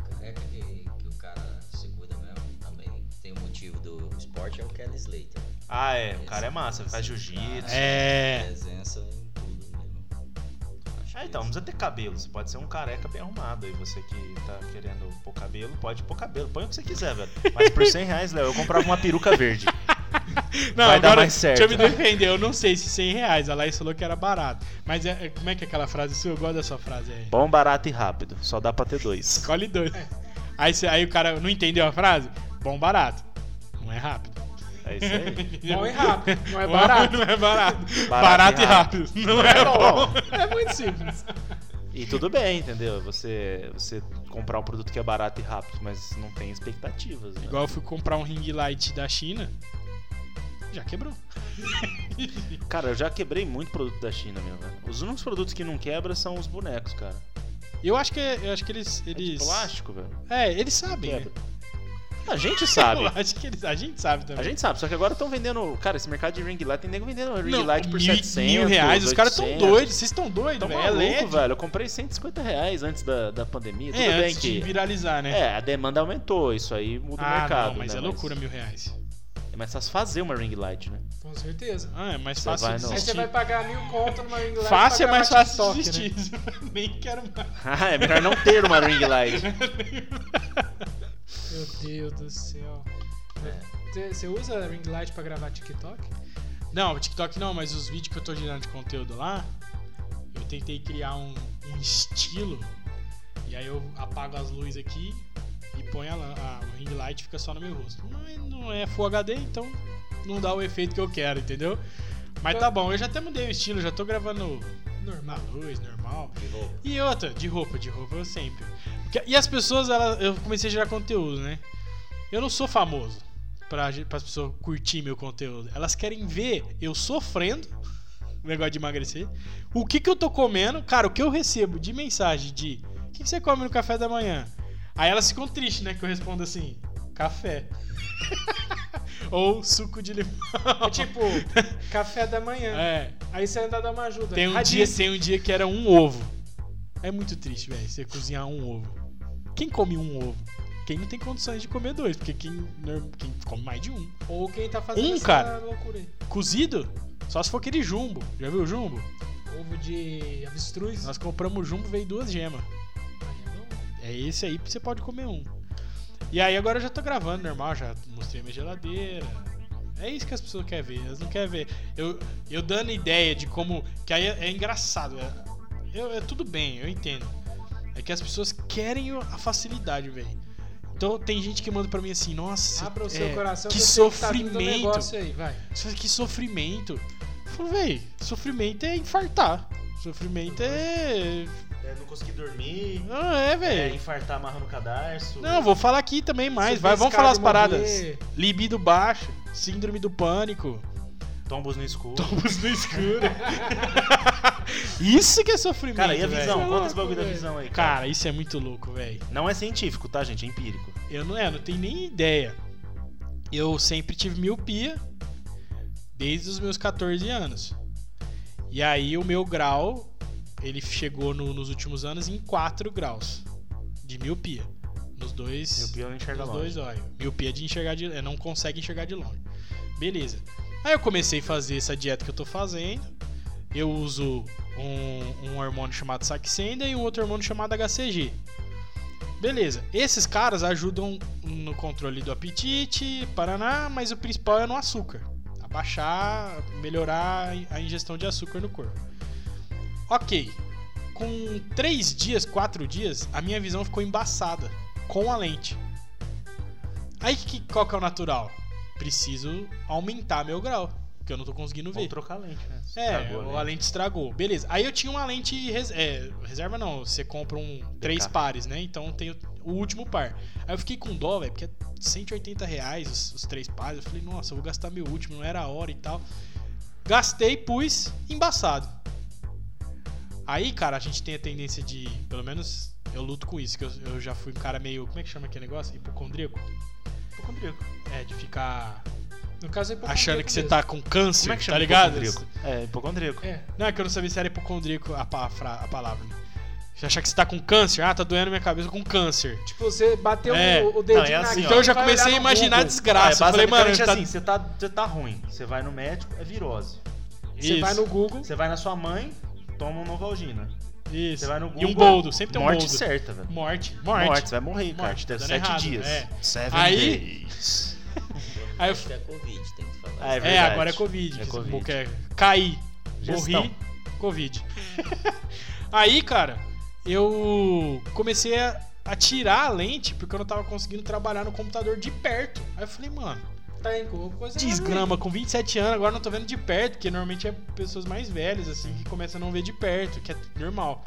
Careca É que, que o cara se cuida mesmo também. Tem o motivo do esporte, é o Kelly Slater. Ah, é. O cara é massa, faz jiu-jitsu. É. Presença em tudo né, mesmo. Acho Ah, que então, não isso. precisa ter cabelo. Você pode ser um careca bem arrumado. Aí você que tá querendo pôr cabelo, pode pôr cabelo. Põe o que você quiser, velho. Mas por 100 reais, Léo, eu comprava uma peruca verde. Não, Vai dar agora, mais certo. deixa eu me defender. Eu não sei se 100 reais. A Laís falou que era barato. Mas é- é- como é que é aquela frase sua? Eu gosto da sua frase aí. Bom, barato e rápido. Só dá pra ter dois. Escolhe dois. Aí, cê- aí o cara não entendeu a frase? Bom barato. Não é rápido. É isso aí. Bom e rápido, não é Bom, barato. Não é barato. Barato, Barato e e rápido. Não é bom. É muito simples. Tá E tudo bem, entendeu? Você, você comprar um produto que é barato e rápido, mas não tem expectativas. Né? Igual eu fui comprar um ring light da China. Já quebrou. Cara, eu já quebrei muito produto da China, meu velho. Os únicos produtos que não quebra são os bonecos, cara. Eu acho que, eu acho que eles. É de eles... plástico, velho. É, eles sabem. né? Quebra. A gente Eu sabe. acho que eles, a gente sabe também. A gente sabe, só que agora estão vendendo. Cara, esse mercado de ring light tem nego vendendo ring não, light por mil, 700. mil reais, os caras tão 800. doidos, vocês estão doidos, Tão velho. É maluco, LED. velho. Eu comprei 150 reais antes da, da pandemia. Tudo É, bem antes que. de viralizar, né? É, a demanda aumentou, isso aí muda o ah, mercado. não, mas né? é loucura mil reais. Mas faz fazer uma ring light, né? Com certeza. Ah, é mais Você fácil vai de no- Aí você assistir. vai pagar mil conto numa inglês. Fácil é pra mais gravar fácil de TikTok, né? assistir. Nem quero mais. Ah, é melhor não ter uma ring light. Meu Deus do céu. Você- Você usa ring light pra gravar TikTok? Não, o TikTok não, mas os vídeos que eu tô gerando de conteúdo lá, eu tentei criar um, um estilo. E aí eu apago as luzes aqui e ponho a, lã- a- o ring light e fica só no meu rosto. Não é, não é Full HD, então não dá o efeito que eu quero, entendeu? Mas tá bom, eu já até mudei o estilo, já tô gravando normal, luz, normal. De roupa. E outra, de roupa, de roupa eu sempre. Porque- E as pessoas, elas, eu comecei a gerar conteúdo, né? Eu não sou famoso para as pessoas curtir meu conteúdo. Elas querem ver eu sofrendo, o negócio de emagrecer, o que, que eu tô comendo, cara, o que eu recebo de mensagem de o que, que você come no café da manhã? Aí elas ficam tristes, né? Que eu respondo assim, café. Ou suco de limão. É tipo, café da manhã. É. Aí você ainda dá uma ajuda. Tem um, Ah, dia, diz- tem um dia que era um ovo. É muito triste, velho, você cozinhar um ovo. Quem come um ovo? Quem não tem condições de comer dois, porque quem, norm- quem come mais de um. Ou quem tá fazendo Um, essa cara. loucura aí. Cozido? Só se for aquele jumbo. Já viu o jumbo? Ovo de avestruz. Nós compramos o jumbo, veio duas gemas. Aí é bom. É esse aí que você pode comer um. E aí agora eu já tô gravando normal, já mostrei minha geladeira. É isso que as pessoas querem ver, elas não querem ver. Eu, eu dando ideia de como. Que aí é, é engraçado. É, eu- é tudo bem, eu entendo. É que as pessoas querem o- a facilidade, velho. Então tem gente que manda pra mim assim, nossa, Abra o é, seu coração que eu sei que tá vindo um sofrimento. negócio aí, vai. Só que sofrimento. Eu falo, véi, sofrimento é infartar. Sofrimento é. É, não conseguir dormir. Não é, É, velho. infartar amarrando o cadarço. Não, vou falar aqui também mais. Você Vai, vamos falar as pescar de paradas. morrer. Libido baixo, síndrome do pânico, Tombos no escuro. tombos no escuro. isso que é sofrimento, Cara, e a velho. visão? É Conta esse louco, bagulho da velho. visão aí. Cara. Cara, isso é muito louco, velho. Não é científico, tá, gente? É empírico. Eu não, é, não tenho nem ideia. Eu sempre tive miopia desde os meus 14 anos. E aí o meu grau, ele chegou no- nos últimos anos em 4 graus de miopia. Nos dois. Miopia não enxerga Os longe. dois olhos. Miopia de enxergar de é, não consegue enxergar de longe. Beleza. Aí eu comecei a fazer essa dieta que eu tô fazendo. Eu uso um, um hormônio chamado Saxenda e um outro hormônio chamado HCG. Beleza. Esses caras ajudam no controle do apetite, paraná, mas o principal é no açúcar. Abaixar, melhorar a ingestão de açúcar no corpo. Ok. Com 3 dias, 4 dias, a minha visão ficou embaçada com a lente. Aí que, qual que é o natural? Preciso aumentar meu grau, porque eu não tô conseguindo ver. Vamos trocar a lente, né? É, Estragou a lente estragou. Beleza. Aí eu tinha uma lente res- é, reserva, não. Você compra um três pares, né? Então tem o, o último par. Aí eu fiquei com dó, velho, porque é 180 reais os, os três pares. Eu falei, nossa, eu vou gastar meu último, não era a hora e tal. Gastei, pus, embaçado. Aí, cara, a gente tem a tendência de. Pelo menos eu luto com isso, que eu, eu já fui um cara meio. Como é que chama aquele negócio? Hipocondríaco? Hipocondríaco. É, de ficar No caso é hipocondríaco achando que você mesmo. tá com câncer, Como é que chama? tá ligado? Hipocondríaco. É, hipocondríaco. É. Não, é que eu não sabia se era hipocondríaco a, pa- a fra- a palavra. Né? Você achar que você tá com câncer? Ah, tá doendo minha cabeça com câncer. Tipo, você bateu É. o, o dedinho Não, é assim, na Então eu já vai comecei a olhar no imaginar a Google. desgraça. Ah, é eu falei, mano, basicamente tá... assim, você tá, você tá ruim. Você vai no médico, é virose. Você vai no Google. assim, Você vai na sua mãe, toma um Novalgina. isso. Você vai no e Google. um boldo, sempre tem um morte boldo. certa, velho. Morte, Morte. morte. você vai morrer, cara. Morte, Te deu tá dando sete errado, dias. é. Seven Aí- days. Aí eu... Acho que é Covid, tem que falar. Ah, é isso. É, verdade. agora é Covid. É que Covid. esse pouco é cair, Gestão. morri, Covid. Aí, cara, eu comecei a, a tirar a lente porque eu não tava conseguindo trabalhar no computador de perto. Aí eu falei, mano, Tá em Google, coisa errada desgrama, com 27 anos, agora não tô vendo de perto, porque normalmente é pessoas mais velhas, assim, que começam a não ver de perto, que é normal.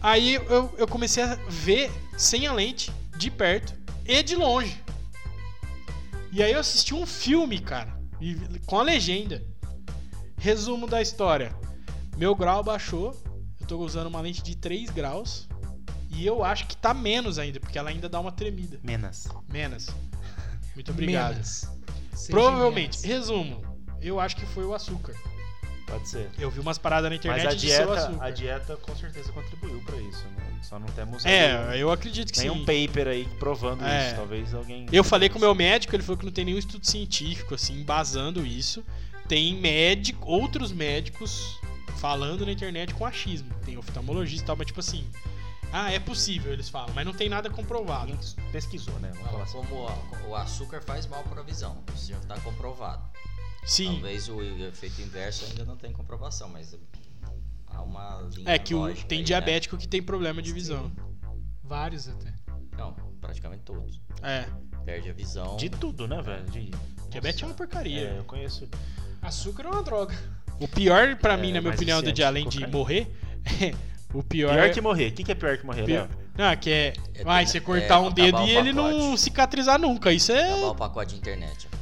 Aí eu, eu comecei a ver sem a lente, de perto e de longe. E aí eu assisti um filme, cara, e- com a legenda. Resumo da história. Meu grau baixou, eu tô usando uma lente de 3 graus, e eu acho que tá menos ainda, porque ela ainda dá uma tremida. Menas. Menos. Muito aí. obrigado. Menos. Seja Provavelmente. menos. Resumo. Eu acho que foi o açúcar. Pode ser. Eu vi umas paradas na internet Mas a de seu dieta, açúcar. a dieta com certeza contribuiu pra isso. né? Só não um temos nenhum, É, eu acredito que nenhum sim. paper aí provando É. isso. Talvez alguém. Eu falei com o meu médico, ele falou que não tem nenhum estudo científico, assim, embasando isso. Tem médico, outros médicos falando na internet com achismo. Tem oftalmologista e tal, mas tipo assim. Ah, é possível, eles falam, mas não tem nada comprovado. Alguém pesquisou, né? Vamos falar Não, assim. um Como a- o açúcar faz mal para a visão, isso já está comprovado. Sim. Talvez o efeito inverso ainda não tem comprovação, mas há uma linha É que o, lógica aí, tem né? diabético que tem problema de visão. Vários até. Não, praticamente todos. É. Perde a visão. De tudo, né, velho? De... Diabetes é uma porcaria. É, eu conheço. Açúcar é uma droga. O pior pra É, mim, na minha mais opinião, do viciante dia, que além de cocaína. morrer, o pior, Pior que morrer. O que, que é pior que morrer, pior- Léo? Não, que é. É Vai, ter- você é, cortar um acabar dedo o e ele não pacote. cicatrizar nunca. Isso é. Acabar o pacote de internet.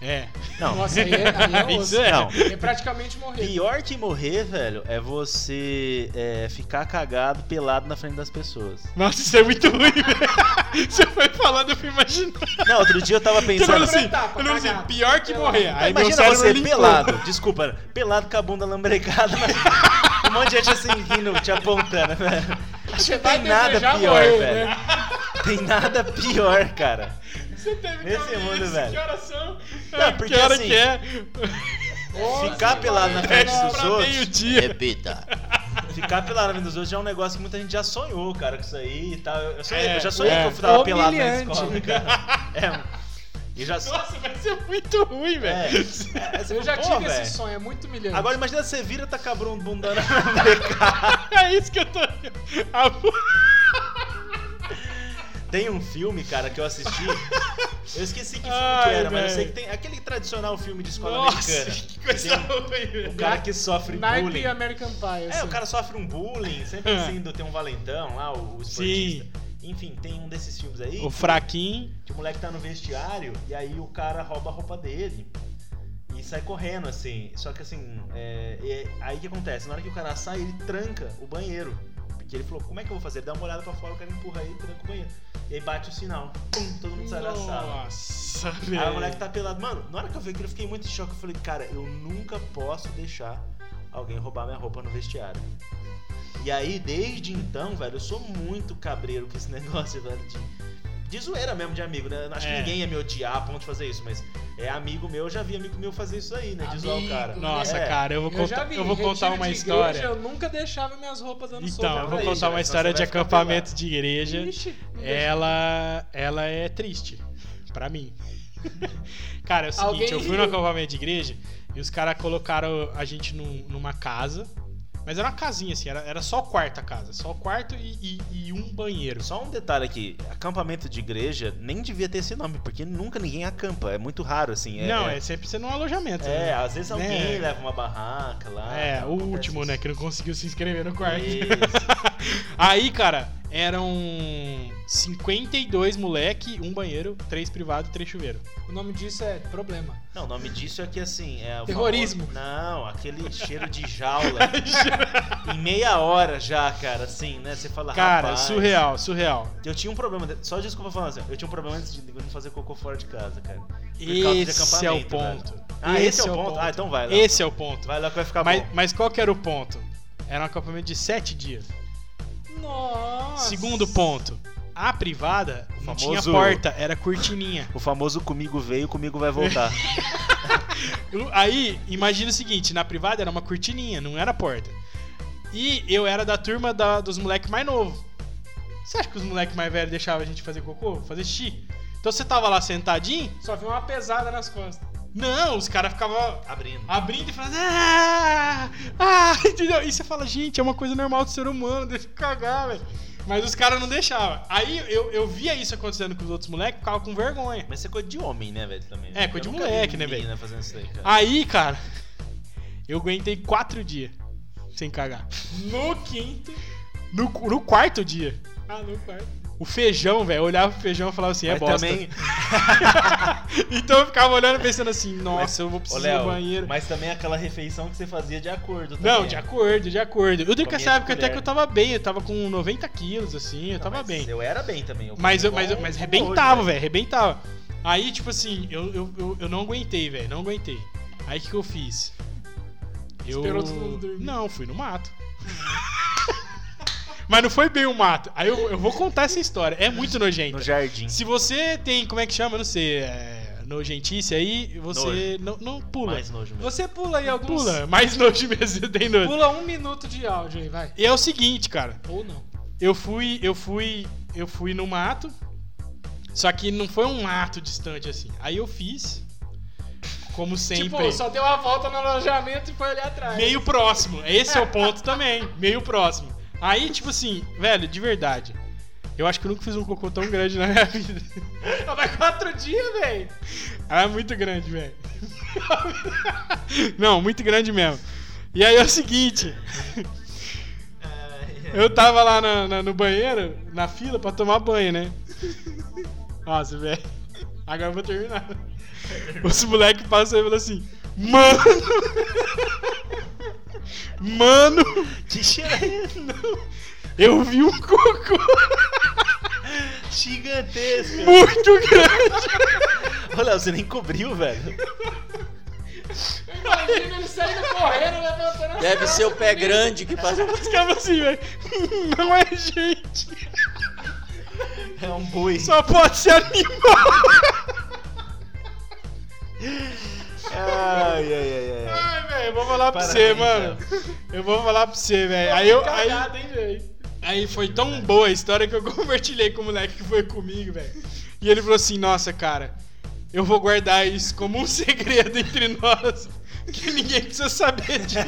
É. Não. Nossa, aí é, aí é Isso osso. é. Não. É praticamente morrer. Pior que morrer, velho, é você é, ficar cagado, pelado na frente das pessoas. Nossa, isso é muito ruim, velho. Você foi falando, eu fui imaginando. Não, outro dia eu tava Eu não pensando. assim, tapa, eu não assim, cagado. pior que Pelado. morrer. Aí meu Imagina cérebro Tá você limpou. pelado, desculpa, pelado com a bunda lambrecada. na- um monte de gente assim rindo, te apontando, velho. Acho que Tá vai tem nada desejar pior, morrer, velho. né? Tem nada pior, cara. Você teve que Nesse ouvir mundo, isso, velho. Que oração. Não, porque que hora assim, que é? ficar pelado na frente Dez dos é pra outros, é meio-dia. Repita. ficar pelado na frente dos outros já é um negócio que muita gente já sonhou, cara, com isso aí e tal. Eu, sonhei- É, eu já sonhei é. que eu fui dar pelado na Humilhante. escola, cara. É. E já Nossa, vai ser muito ruim, é. velho. Aí você Eu fala, já "Pô, tive velho." esse sonho, é muito humilhante. Agora imagina você vira e tá com a bunda- bunda na molecada. É isso que eu tô. Ah, A bu- Tem um filme, cara, que eu assisti. Eu esqueci que filme Ai, que era, mas eu velho. sei que tem aquele tradicional filme de escola Nossa, americana. que coisa ruim, um O velho. cara que sofre bullying. Naipe American Pie. É, assim. o cara sofre um bullying, sempre assim, do- tem um valentão lá, o, o esportista. Ah. Sim, Enfim, tem um desses filmes aí o fraquinho. que o moleque tá no vestiário e aí o cara rouba a roupa dele e sai correndo, assim. Só que assim, é, é- aí o que acontece? Na hora que o cara sai, ele tranca o banheiro. Porque ele falou, como é que eu vou fazer? Ele dá uma olhada pra fora, o cara empurra ele e tranca o banheiro. E aí bate o sinal. Pum, todo mundo sai da sala. Nossa, Aí o velho. moleque tá pelado. Mano, na hora que eu vi aquilo, eu fiquei muito em choque. Eu falei, cara, eu nunca posso deixar alguém roubar minha roupa no vestiário. E aí, desde então, velho, eu sou muito cabreiro com esse negócio, velho, de, de zoeira mesmo, de amigo, né? Eu Acho É. que ninguém ia me odiar a ponto de fazer isso, mas é amigo meu, eu já vi amigo meu fazer isso aí, né? De zoar o Amigo, cara. Nossa, É. cara, eu vou Eu já contar, vi, eu vou retiro contar uma de história. Igreja, eu nunca deixava minhas roupas dando sopa. Então, eu vou é- aí, contar uma Jair, história senão de você vai ficar acampamento de igreja. Ixi, não deixa. Ela, ela é triste, pra mim. cara, é o seguinte, Alguém eu fui no riu. acampamento de igreja e os caras colocaram a gente num- numa casa, mas era uma casinha assim, era, era só o quarto a casa, só o quarto e, e- e um banheiro. Só um detalhe aqui, acampamento de igreja nem devia ter esse nome, porque nunca ninguém acampa, é muito raro, assim. Não, é sempre sendo um alojamento. É, às vezes alguém Né? leva uma barraca lá. né? é tal, o acontece último, né, isso. que não conseguiu se inscrever no quarto. Isso. Aí, cara, eram 52 moleque, um banheiro, três privado, três chuveiro. O nome disso é problema. Não, o nome disso é que assim. É o Terrorismo. famoso- Não, aquele cheiro de jaula. em meia hora já, cara, assim, né? Você fala. Cara, "Rapaz, surreal, surreal. Eu tinha um problema, de- só desculpa falar assim, eu tinha um problema antes de não fazer cocô fora de casa, cara. de Esse é o acampamento, velho. ponto. Ah, esse, é o ponto? Ah, então vai lá. Esse é o ponto. Vai lá que vai ficar Mas, bom. mas qual que era o ponto? Era um acampamento de sete dias. Nossa. Segundo ponto, a privada não famoso- tinha porta, era cortininha. O famoso comigo veio, comigo vai voltar. Eu- Aí, imagina o seguinte, na privada era uma cortininha, não era porta. E eu era da turma da- dos moleques mais novos. Você acha que os moleques mais velhos deixavam a gente fazer cocô? Fazer xixi? Então você tava lá sentadinho? Só viu uma pesada nas costas. Não, os caras ficavam Abrindo. abrindo e falando. Ah, ah, entendeu? E você fala, gente, é uma coisa normal do ser humano, deixa eu cagar, velho. Mas os caras não deixavam. Aí eu, eu via isso acontecendo com os outros moleques, ficava com vergonha. Mas você é coisa de homem, né, velho, também. É, coisa de Eu nunca vi moleque, né, menina fazendo isso aí, cara. Aí, cara, eu aguentei quatro dias sem cagar. No quinto. No, no quarto dia, Ah, no quarto. o feijão, velho, eu olhava pro feijão e falava assim, é Mas bosta. também, Então eu ficava olhando e pensando assim, nossa, eu vou Ô, precisar Léo, do banheiro. mas também aquela refeição que você fazia de acordo também. é. né? Não, de acordo, de acordo. Eu digo que Comia essa de época até colher. que eu tava bem, eu tava com 90 quilos, assim, eu é tipo Não, tava mas bem. Eu era bem também. Eu Mas, eu, comia mas, eu- igual mas um arrebentava, doido, velho, arrebentava. Aí, tipo assim, eu, eu, eu, eu não aguentei, velho, não aguentei. Aí o que, que eu fiz? Eu... Esperou todo mundo dormir. Não, fui no mato. mas não foi bem o mato. Aí eu, eu vou contar essa história, é muito nojento. No jardim. Se você tem, como é que chama, eu não sei, é, nojentice aí, você não, não pula. Mais nojo mesmo. Você pula aí alguns. Pula, é mais nojo mesmo, você tem nojo. Pula um minuto de áudio aí, vai. E é o seguinte, cara, Ou não. eu fui, eu fui, eu fui no mato. Só que não foi um mato distante assim. Aí eu fiz, como sempre, Tipo, só deu a volta no alojamento e foi ali atrás. meio próximo. Esse é o ponto também, meio próximo. Aí, tipo assim, velho, de verdade. Eu acho que eu nunca fiz um cocô tão grande na minha vida. Ah, Mas quatro dias, velho. Era muito grande, velho. Não, muito grande mesmo. E aí é o seguinte. Eu tava lá na- na- no banheiro, na fila, pra tomar banho, né? Nossa, velho. Agora eu vou terminar. Os moleque passou e falou assim: Mano! Mano! Que cheiro é esse? Eu vi um cocô Gigantesco. muito grande! Olha, você nem cobriu, velho. Imagina ele saindo correndo, levantando a Deve ser o pé grande que faz. Ficava assim, velho. Não é gente. É um boi. Só pode ser animal. Ai, ai, ai, ai. Ai, velho, eu vou falar pra Parabéns, você, mano. Eu vou falar pra você, velho. Aí eu. Aí, Cagada, hein, velho? aí foi tão boa a história que eu compartilhei com o moleque que foi comigo, velho. E ele falou assim: Nossa, cara, eu vou guardar isso como um segredo entre nós. Que ninguém precisa saber disso.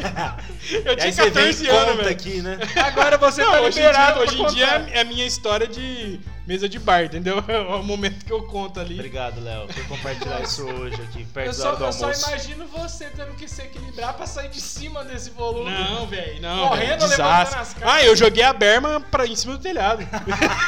Eu Aí tinha você vem 14 e anos, conta velho. aqui, né? Agora você Não, tá hoje em dia, liberado hoje em pra dia contar. é a minha história de mesa de bar, entendeu? É o momento que eu conto ali. Obrigado, Léo, por compartilhar isso hoje aqui, perto Eu da hora só, do eu só almoço. imagino você tendo que se equilibrar pra sair de cima desse volume. Não, velho, não. Correndo, velho, levantando desastre. as cartas. Ah, eu joguei a berma pra, em cima do telhado.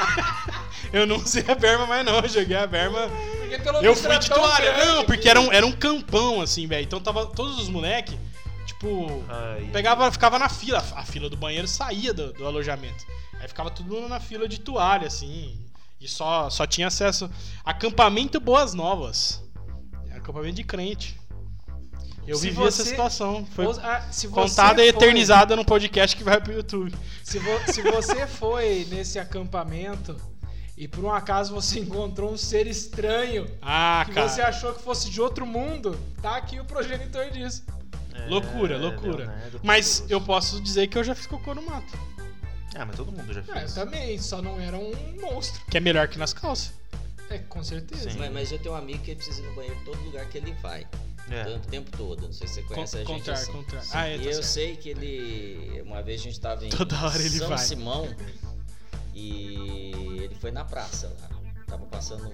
eu não usei a berma mais, não. Eu joguei a berma. Porque pelo Eu visto fui era de tão toalha. grande Não, que- porque era um, era um campão, assim, velho. Então tava todos os moleque, tipo, Ai, pegava, ficava na fila. A fila do banheiro saía do, do alojamento. Aí ficava todo mundo na fila de toalha, assim. E só, só tinha acesso. Acampamento Boas Novas. Acampamento de crente. Eu Se vivi essa você- situação. Foi Ou- ah, se você contada e foi- eternizada no podcast que vai pro YouTube. Se, vo- se você foi nesse acampamento e por um acaso você encontrou um ser estranho Ah, que cara. você achou que fosse de outro mundo, tá aqui o progenitor disso. é, né? Loucura, loucura. Leonardo Mas Torres. eu posso dizer que eu já fiz cocô no mato. Ah, mas todo mundo já Ah, eu fez. tá também, só não era um monstro. Que é melhor que nas calças. É, com certeza. Sim. Mas, mas eu tenho um amigo que ele precisa ir no banheiro todo lugar que ele vai. É. Tanto, o tempo todo. Não sei se você conhece a gente. contrário, assim. contrário. Sim. Ah, é, e tá eu certo. sei que ele. Uma vez a gente tava em Toda hora ele São vai. Simão e ele foi na praça lá. Tava passando.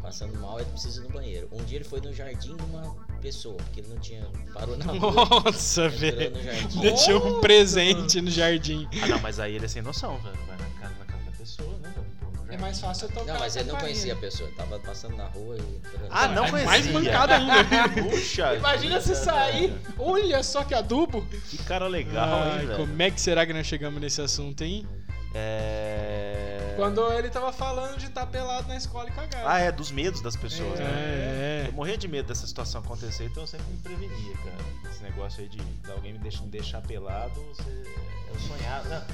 Passando mal, ele precisa ir no banheiro. Um dia ele foi no jardim de uma pessoa, porque ele não tinha. Parou na rua. Nossa, entrou velho. no jardim. Deixou um presente no jardim. Ah, não, mas aí ele é sem noção, velho. Vai na casa, na casa da pessoa, né? velho? Pô, no É jardim. mais fácil eu tocar. Não, mas a ele não campainha. conhecia a pessoa, tava passando na rua e. entrando. Ah, não É conhecia. mais mancada ainda. Puxa. Imagina se vida, sair, é né, velho. olha só que adubo. Que cara legal, Ai, hein, velho. como é que será que nós chegamos nesse assunto, hein? É... Quando ele tava falando de estar pelado na escola e cagar. Ah, é dos medos das pessoas, né? É, Eu morria de medo dessa situação acontecer, então eu sempre me prevenia, cara. Esse negócio aí de alguém me deixar, me deixar pelado, você- eu sonhava.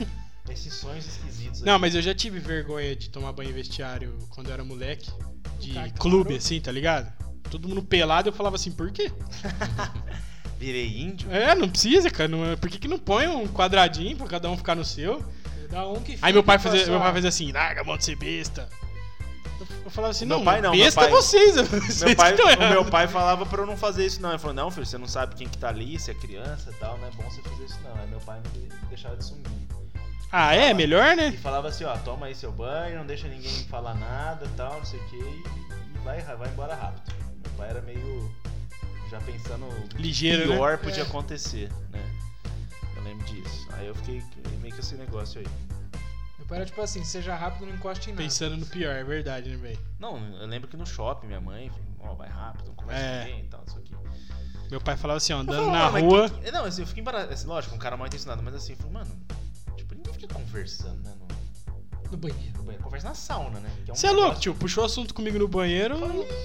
Não, esses sonhos esquisitos aí. Não, mas eu já tive vergonha de tomar banho em vestiário quando eu era moleque. De cara que clube, parou. assim, tá ligado? Todo mundo pelado, eu falava assim, por quê? Virei índio? É, não precisa, cara. Não, por que, que não põe um quadradinho pra cada um ficar no seu? Dá um que Aí meu pai fica fazia, com a meu pai sua- fazia assim, larga a mão de ser besta. Eu- Eu falava assim, Meu não, pai não, meu besta pai- é vocês, vocês Meu pai, que estão o meu errados. pai falava pra eu não fazer isso, não. Ele falou, não, filho, você não sabe quem que tá ali, se é criança e tal, não é bom você fazer isso, não. Aí meu pai me de- deixava de sumir. Ah, é? Melhor, E né? falava assim, ó, toma aí seu banho, não deixa ninguém falar nada e tal, não sei o que, e e vai, ra- vai embora rápido. Meu pai era meio. já pensando Ligeiro, né? pior podia É. acontecer, né? Eu lembro disso. Aí eu fiquei meio que esse negócio aí. Meu pai era tipo assim, seja rápido, não encoste em nada. Pensando no pior, é verdade, né, velho? Não, eu lembro que no shopping minha mãe, ó, vai rápido, não conversa É. com ninguém e tal, não sei o que. Meu pai falava assim, ó, Eu andando falo, na "Ah, mas rua. que- que-" Não, assim, eu fiquei embaraçado. Assim, lógico, um cara mal intencionado, mas assim, eu falei, mano, tipo, ninguém fica conversando, né? No, No banheiro. no banheiro. Conversa na sauna, né? Que um Você é louco, negócio- tio. Puxou assunto comigo no banheiro.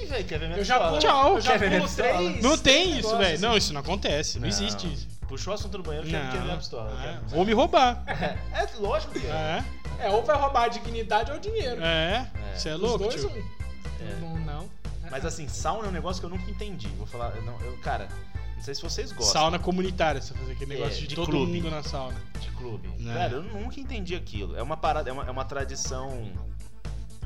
Ih, velho, quer ver minha Eu já pistola? pulo- Tchau. eu já Hum. Quer ver minha pulo pistola? três. Não tem esse isso, negócio velho. Não, assim. isso não acontece. Não, Não. existe isso. Puxou o assunto do banheiro, quer quer ver minha pistola. Não. quer- É, Ou me roubar. É, lógico que é. É. É, ou vai roubar a dignidade ou o dinheiro. É. É. Você é Os louco, dois, tio. um. É. Não, não. Ah. Mas assim, sauna é um negócio que eu nunca entendi. Vou falar, eu não, eu, cara, não sei se vocês gostam Sauna comunitária, você fazer aquele É, negócio de, de todo clube. mundo na sauna. de clube. É. Cara, eu nunca entendi aquilo. É uma parada, é uma, é uma tradição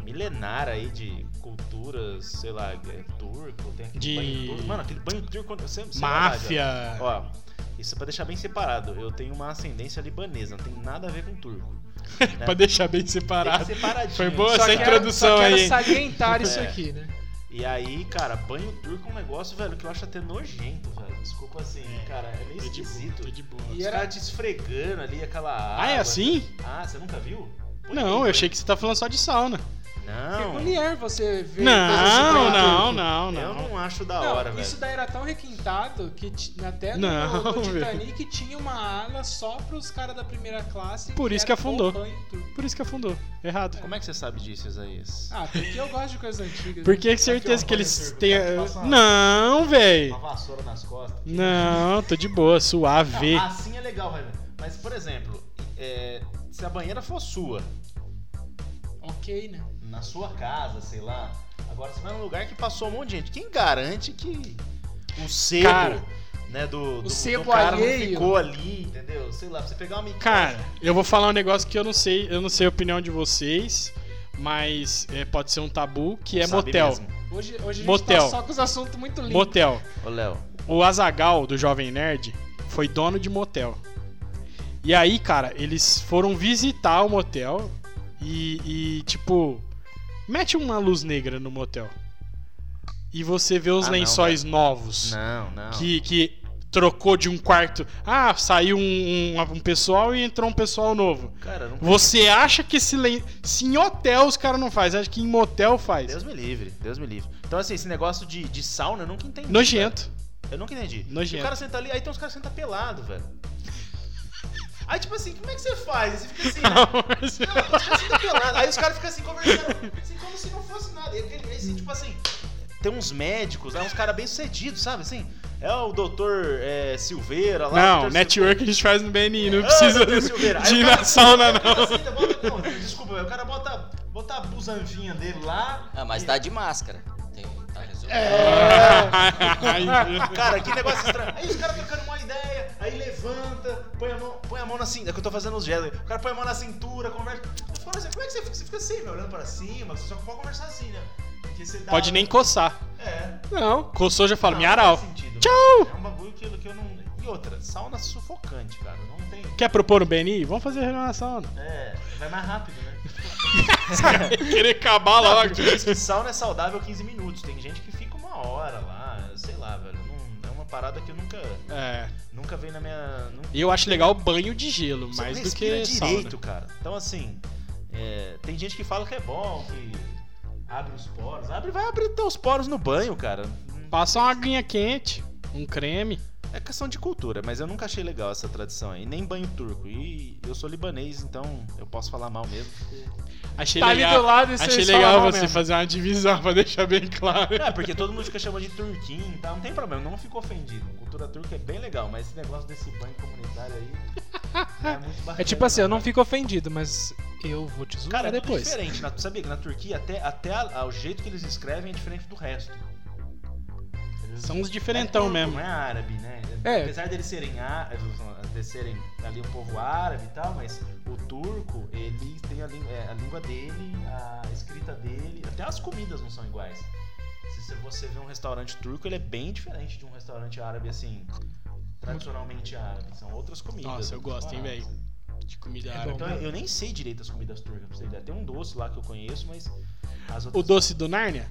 milenar aí de culturas, sei lá, é turco, tem aquele De- banho turco. Mano, aquele banho turco, eu sempre Máfia. Ó, isso é pra deixar bem separado. Eu tenho uma ascendência libanesa, não tem nada a ver com turco. né? Pra deixar bem Tem que separado. separadinho. Foi boa Só essa que introdução. só quero aí. salientar isso É. aqui, né? E aí, cara, banho turco é um negócio, velho, que eu acho até nojento, velho. Desculpa assim, É, cara, é Tô meio de boa. esquisito. Tô de boa. E era te esfregando ali aquela água. Ah, é assim? Ah, você nunca viu? Põe Não, aí, né? eu achei que você tá falando só de sauna. põe. Não. Peculiar você É, ver. Não, coisas não, de não, Eu não. não acho da né? Não, hora, isso velho. daí era tão requintado que ti- até no, Não, no velho. Titanic tinha uma ala só pros caras da primeira classe. Por que isso que era afundou. poupanha e tudo. Por isso que afundou. Errado. Como é que você sabe disso, Isaías? Ah, porque eu gosto de coisas antigas. né? Porque é certeza que eles têm. Não, velho. Uma vassoura nas costas. Não, tô de boa, suave. Não, assim é legal, velho. Mas, por exemplo, é, se a banheira for sua, Ok, né? na sua casa, sei lá, agora você vai num lugar que passou um monte de gente. Quem garante que o sebo, Cara, né, do, do, sebo do cara não alheio. ficou ali, entendeu? Sei lá, pra você pegar uma micose. Cara, eu vou falar um negócio que eu não sei, eu não sei a opinião de vocês, mas é, pode ser um tabu, que é Sabe motel. mesmo. Hoje, hoje a gente Motel. tá só com os assuntos muito limpos. Motel. Ô, Léo, O Azagal do Jovem Nerd foi dono de motel. E aí, cara, eles foram visitar o motel e, e, tipo, mete uma luz negra no motel. E você vê os Ah, não, lençóis novos. não, não. que, que trocou de um quarto. Ah, saiu um, um, um pessoal e entrou um pessoal novo. Cara, não... Você acha que esse len... se em hotel os caras não faz, acho que em motel faz. Deus me livre, Deus me livre. Então, assim, esse negócio de, de sauna eu nunca entendi. Nojento. velho. Eu nunca entendi. Nojento. E O cara senta ali, aí tem uns caras que sentam pelado, velho. Aí, tipo assim, como é que você faz? Você fica assim, né? Não, os caras ficam pelados. Aí os caras ficam assim conversando, assim, como se não fosse nada. E aquele- esse, tipo assim, tem uns médicos, né, uns caras bem sucedidos, sabe? Assim, é o doutor é, Silveira lá. Não, doutor network a gente faz no BNI, não Silveira. Ah, precisa doutor Silveira. Aí de o ir cara- na sauna, o cara não. senta, bota- não, Desculpa, o cara bota, bota a busanfinha dele lá. Ah, mas e- tá de máscara. Tem, tá resolvido. É. Cara, que negócio estranho. Aí os caras trocando uma ideia, aí levanta, põe a mão, põe a mão na cintura. É que eu tô fazendo os gestos. O cara põe a mão na cintura, conversa. Eu falo assim, como é que você fica? Você fica assim, velho, olhando pra cima, você só pode conversar assim, né? Porque você dá- um- Pode nem coçar. É. Não, coçou já fala, Não, me não aral. faz sentido. Tchau! É um bagulho que, que eu não. E outra, sauna sufocante, cara. Não tem. Quer propor um BNI? Vamos fazer reunião na sauna. É, vai mais rápido, né? Querer acabar logo. Porque diz que sauna é saudável 15 minutos. Tem gente que fica uma hora lá, sei lá, velho. Não, é uma parada que eu nunca. É, Nunca veio na minha. nunca- eu acho legal o banho de gelo, Você mais não do respira que sauna. direito, cara. Então, assim, é, tem gente que fala que é bom, que abre os poros. Abre, vai abrir teus poros no banho, cara. Passa uma aguinha quente, um creme. É questão de cultura, mas eu nunca achei legal essa tradição aí. Nem banho turco. E eu sou libanês, então eu posso falar mal mesmo. Achei Tá ali do legal, lado e vocês achei falam "Ah, legal mal você mesmo. fazer uma divisão pra deixar bem claro. É, porque todo mundo fica chamando de turquinho e tal. Não tem problema, não fico ofendido. Cultura turca é bem legal, mas esse negócio desse banho comunitário aí é muito bacana. É tipo assim, eu não cara. fico ofendido, mas eu vou te zoar Cara, é tudo depois. diferente. Na, sabia que na Turquia até, até a- a- o jeito que eles escrevem é diferente do resto. Eles- São uns diferentão é, turco, mesmo. Não é árabe, né? É. Apesar deles serem, á- eh, de serem ali um povo árabe e tal, mas o turco, ele tem a, lí- é, a língua dele, a escrita dele, até as comidas não são iguais. Se você- você vê um restaurante turco, ele é bem diferente de um restaurante árabe, assim, tradicionalmente árabe. São outras comidas. Nossa, eu outras gosto, hein, paradas. velho. De comida É árabe. bom. Então, eu nem sei direito as comidas turcas, pra você ideia. Tem um doce lá que eu conheço, mas as O outras... doce do Nárnia?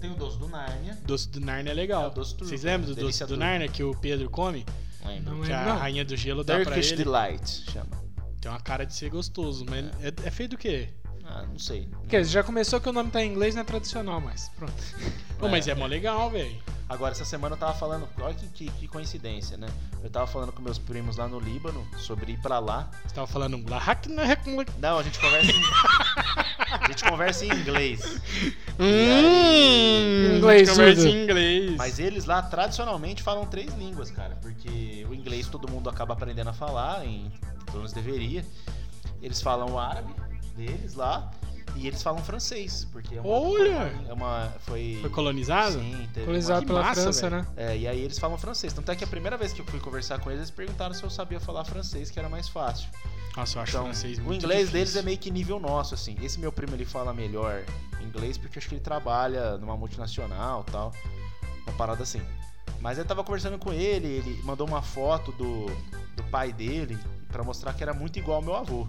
Tem o doce do Nárnia. Doce do Nárnia é É o legal. doce turco, Vocês lembram do doce delícia do turca. Nárnia que o Pedro come? Não que a lembro, não. rainha do gelo dá pra Turkish ele. Delight, chama. Tem uma cara de ser gostoso, mas é, é feio do quê? Ah, não sei. Quer dizer, já começou que o nome tá em inglês, não é tradicional mais. Pronto. Ô, mas é mó legal, velho. Agora, essa semana eu tava falando, olha que, que- que coincidência, né? Eu tava falando com meus primos lá no Líbano sobre ir pra lá. Você tava falando um lahak na recum- Não, a gente conversa em, a gente conversa em inglês. Hum, Inglês, conversa Udo. em inglês. Mas eles lá tradicionalmente falam três línguas, cara, porque o inglês todo mundo acaba aprendendo a falar, em, pelo menos deveria. Eles falam o árabe deles lá e eles falam francês, porque é uma, Olha! é uma foi Foi colonizado? Sim, teve Colonizado que pela massa, França, velho. né? É, e aí eles falam francês. Tanto é que a primeira vez que eu fui conversar com eles, eles perguntaram se eu sabia falar francês, que era mais fácil. Nossa, eu acho Então, francês o muito inglês difícil. deles é meio que nível nosso, assim. Esse meu primo, ele fala melhor inglês porque eu acho que ele trabalha numa multinacional tal. Uma parada assim. Mas eu tava conversando com ele, ele mandou uma foto do, do pai dele pra mostrar que era muito igual ao meu avô.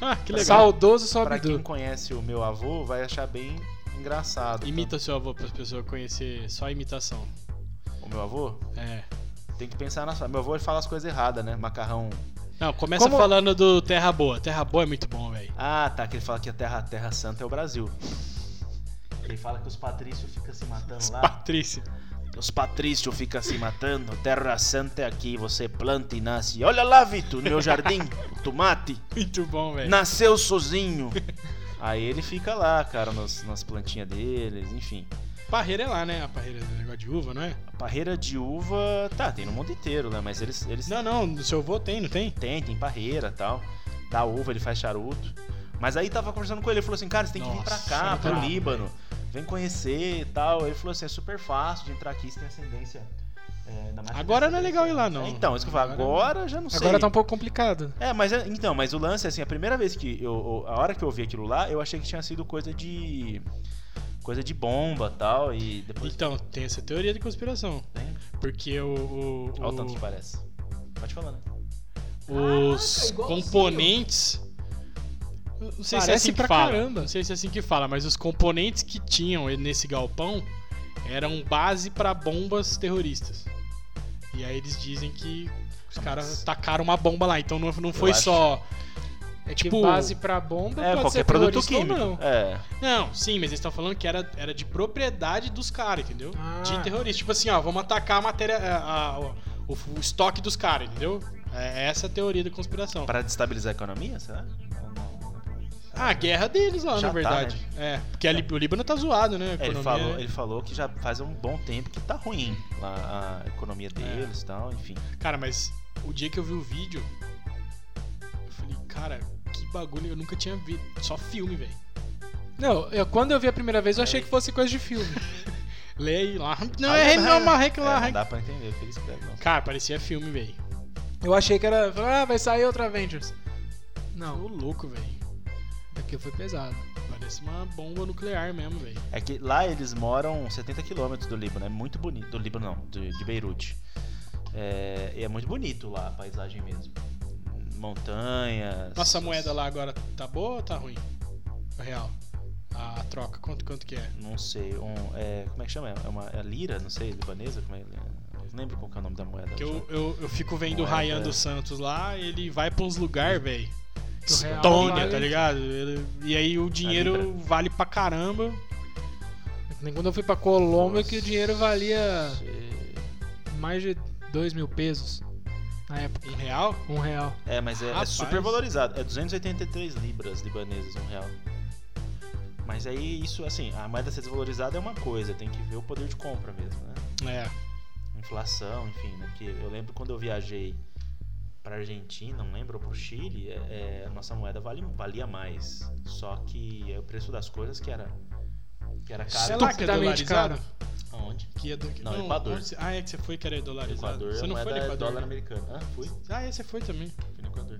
Ah, É que legal. Saudoso Pra quem Sobdu. conhece o meu avô, vai achar bem engraçado. Imita seu avô para as pessoas conhecer só a imitação. Então, O meu avô? É. Tem que pensar na sua. Meu avô ele fala as coisas erradas, né? Macarrão Não, começa Como- falando do Terra Boa. Terra Boa é muito bom, velho. Ah, tá, que ele fala que a terra, a terra santa é o Brasil. Ele fala que os patrícios ficam se matando lá. Patrícia. Os patrícios ficam se matando. Terra santa é aqui, você planta e nasce. Olha lá, Vitor, no meu jardim, o tomate. Muito bom, velho. Nasceu sozinho. Aí ele fica lá, cara, nas, nas plantinhas deles, enfim. Parreira é lá, né? A parreira do negócio de uva, não é? A parreira de uva, tá, tem no mundo inteiro, né? Mas eles, eles Não, não, do seu avô tem, não tem? tem, tem parreira tal. Dá uva, ele faz charuto. Mas aí tava conversando com ele, ele falou assim, cara, você tem que vir pra Nossa, cá, não pro dá, Líbano. Vem conhecer e tal. Ele falou assim, é super fácil de entrar aqui, você tem ascendência. é, ainda mais que Agora tem não é legal ir lá, não. É, então, isso que eu falo, Agora- agora já não sei. Agora tá um pouco complicado. É, mas é- então, mas o lance é assim, a primeira vez que eu, eu- a hora que eu ouvi aquilo lá, eu achei que tinha sido coisa de coisa de bomba, tal, e depois Então, tem essa teoria de conspiração. Tem? Porque o, o- Olha o tanto que o- parece. Pode falar, né? os Caraca, Ah, é igualzinho. componentes. Eu Não sei se é Parece assim que pra fala. caramba. Não sei se é assim que fala, mas os componentes que tinham nesse galpão eram base pra bombas terroristas. E aí eles dizem que os Ah, caras mas- tacaram uma bomba lá, então não, não foi acho- só. É Tipo, que base pra bomba É, pode qualquer ser produto terrorista ou químico. não. É. Não, sim, mas eles estão falando que era, era de propriedade dos caras, entendeu? Ah. De terrorista. Tipo assim, ó, vamos atacar a matéria. a- a- o, o estoque dos caras, entendeu? É essa a teoria da conspiração. Para destabilizar a economia, será? Ou não? Ah, a guerra deles lá, Já na tá, verdade. É, porque a Lib- o Líbano tá zoado, né? a É, ele, economia, falou, né? ele falou que já faz um bom tempo que tá ruim lá a É. economia deles e tal, enfim. Cara, mas o dia que eu vi o vídeo, eu falei, cara, que bagulho, eu nunca tinha visto. Só filme, velho. Não, eu, quando eu vi a primeira vez, eu achei que fosse coisa de filme. Lê aí lá. Não, Ah, é ele não, não, mas é que É, lá. não dá pra entender o que é ele escreve, não. Cara, parecia filme, velho. Eu achei que era. Ah, vai sair outro Avengers. Ô Não, louco, velho. aqui foi pesado. Parece uma bomba nuclear mesmo, velho. É que lá eles moram 70 quilômetros do Líbano, é muito bonito. Do Líbano não, de, de Beirute. É, e é muito bonito lá a paisagem mesmo. Montanhas. Nossa a moeda lá agora tá boa ou tá ruim? O real. A, a troca, quanto, quanto que é? Não sei, um, é, como é que chama? É uma é lira, não sei, libanesa? Como é, eu não lembro qual que é o nome da moeda. Que eu, eu, eu fico vendo o é, Moeda. Ryan dos Santos lá, ele vai pra uns lugar, velho. Que o real Estônia, vale- tá ligado? Ele- E aí o dinheiro vale pra caramba. É Nem quando eu fui pra Colômbia é que o dinheiro valia Sei. mais de 2 mil pesos na época. Um real? Um real. É, mas é, é Rapaz. super valorizado. É 283 libras libanesas, um real. Mas aí isso, assim, a moeda ser desvalorizada é uma coisa, tem que ver o poder de compra mesmo, né? É. Inflação, enfim, né? Porque eu lembro quando eu viajei pra Argentina, não lembro, ou pro Chile, é, é, a nossa moeda vale- valia mais. Só que é o preço das coisas que era. Que era caro. Sei lá que é Estupidamente dolarizado. Aonde? Que é do... que- Não, Equador. onde você- Ah, é que você foi que era dolarizado. Equador, você não a foi no moeda é Equador. dólar né? americano. Ah, fui. Ah, é, você foi também. Fui no Equador.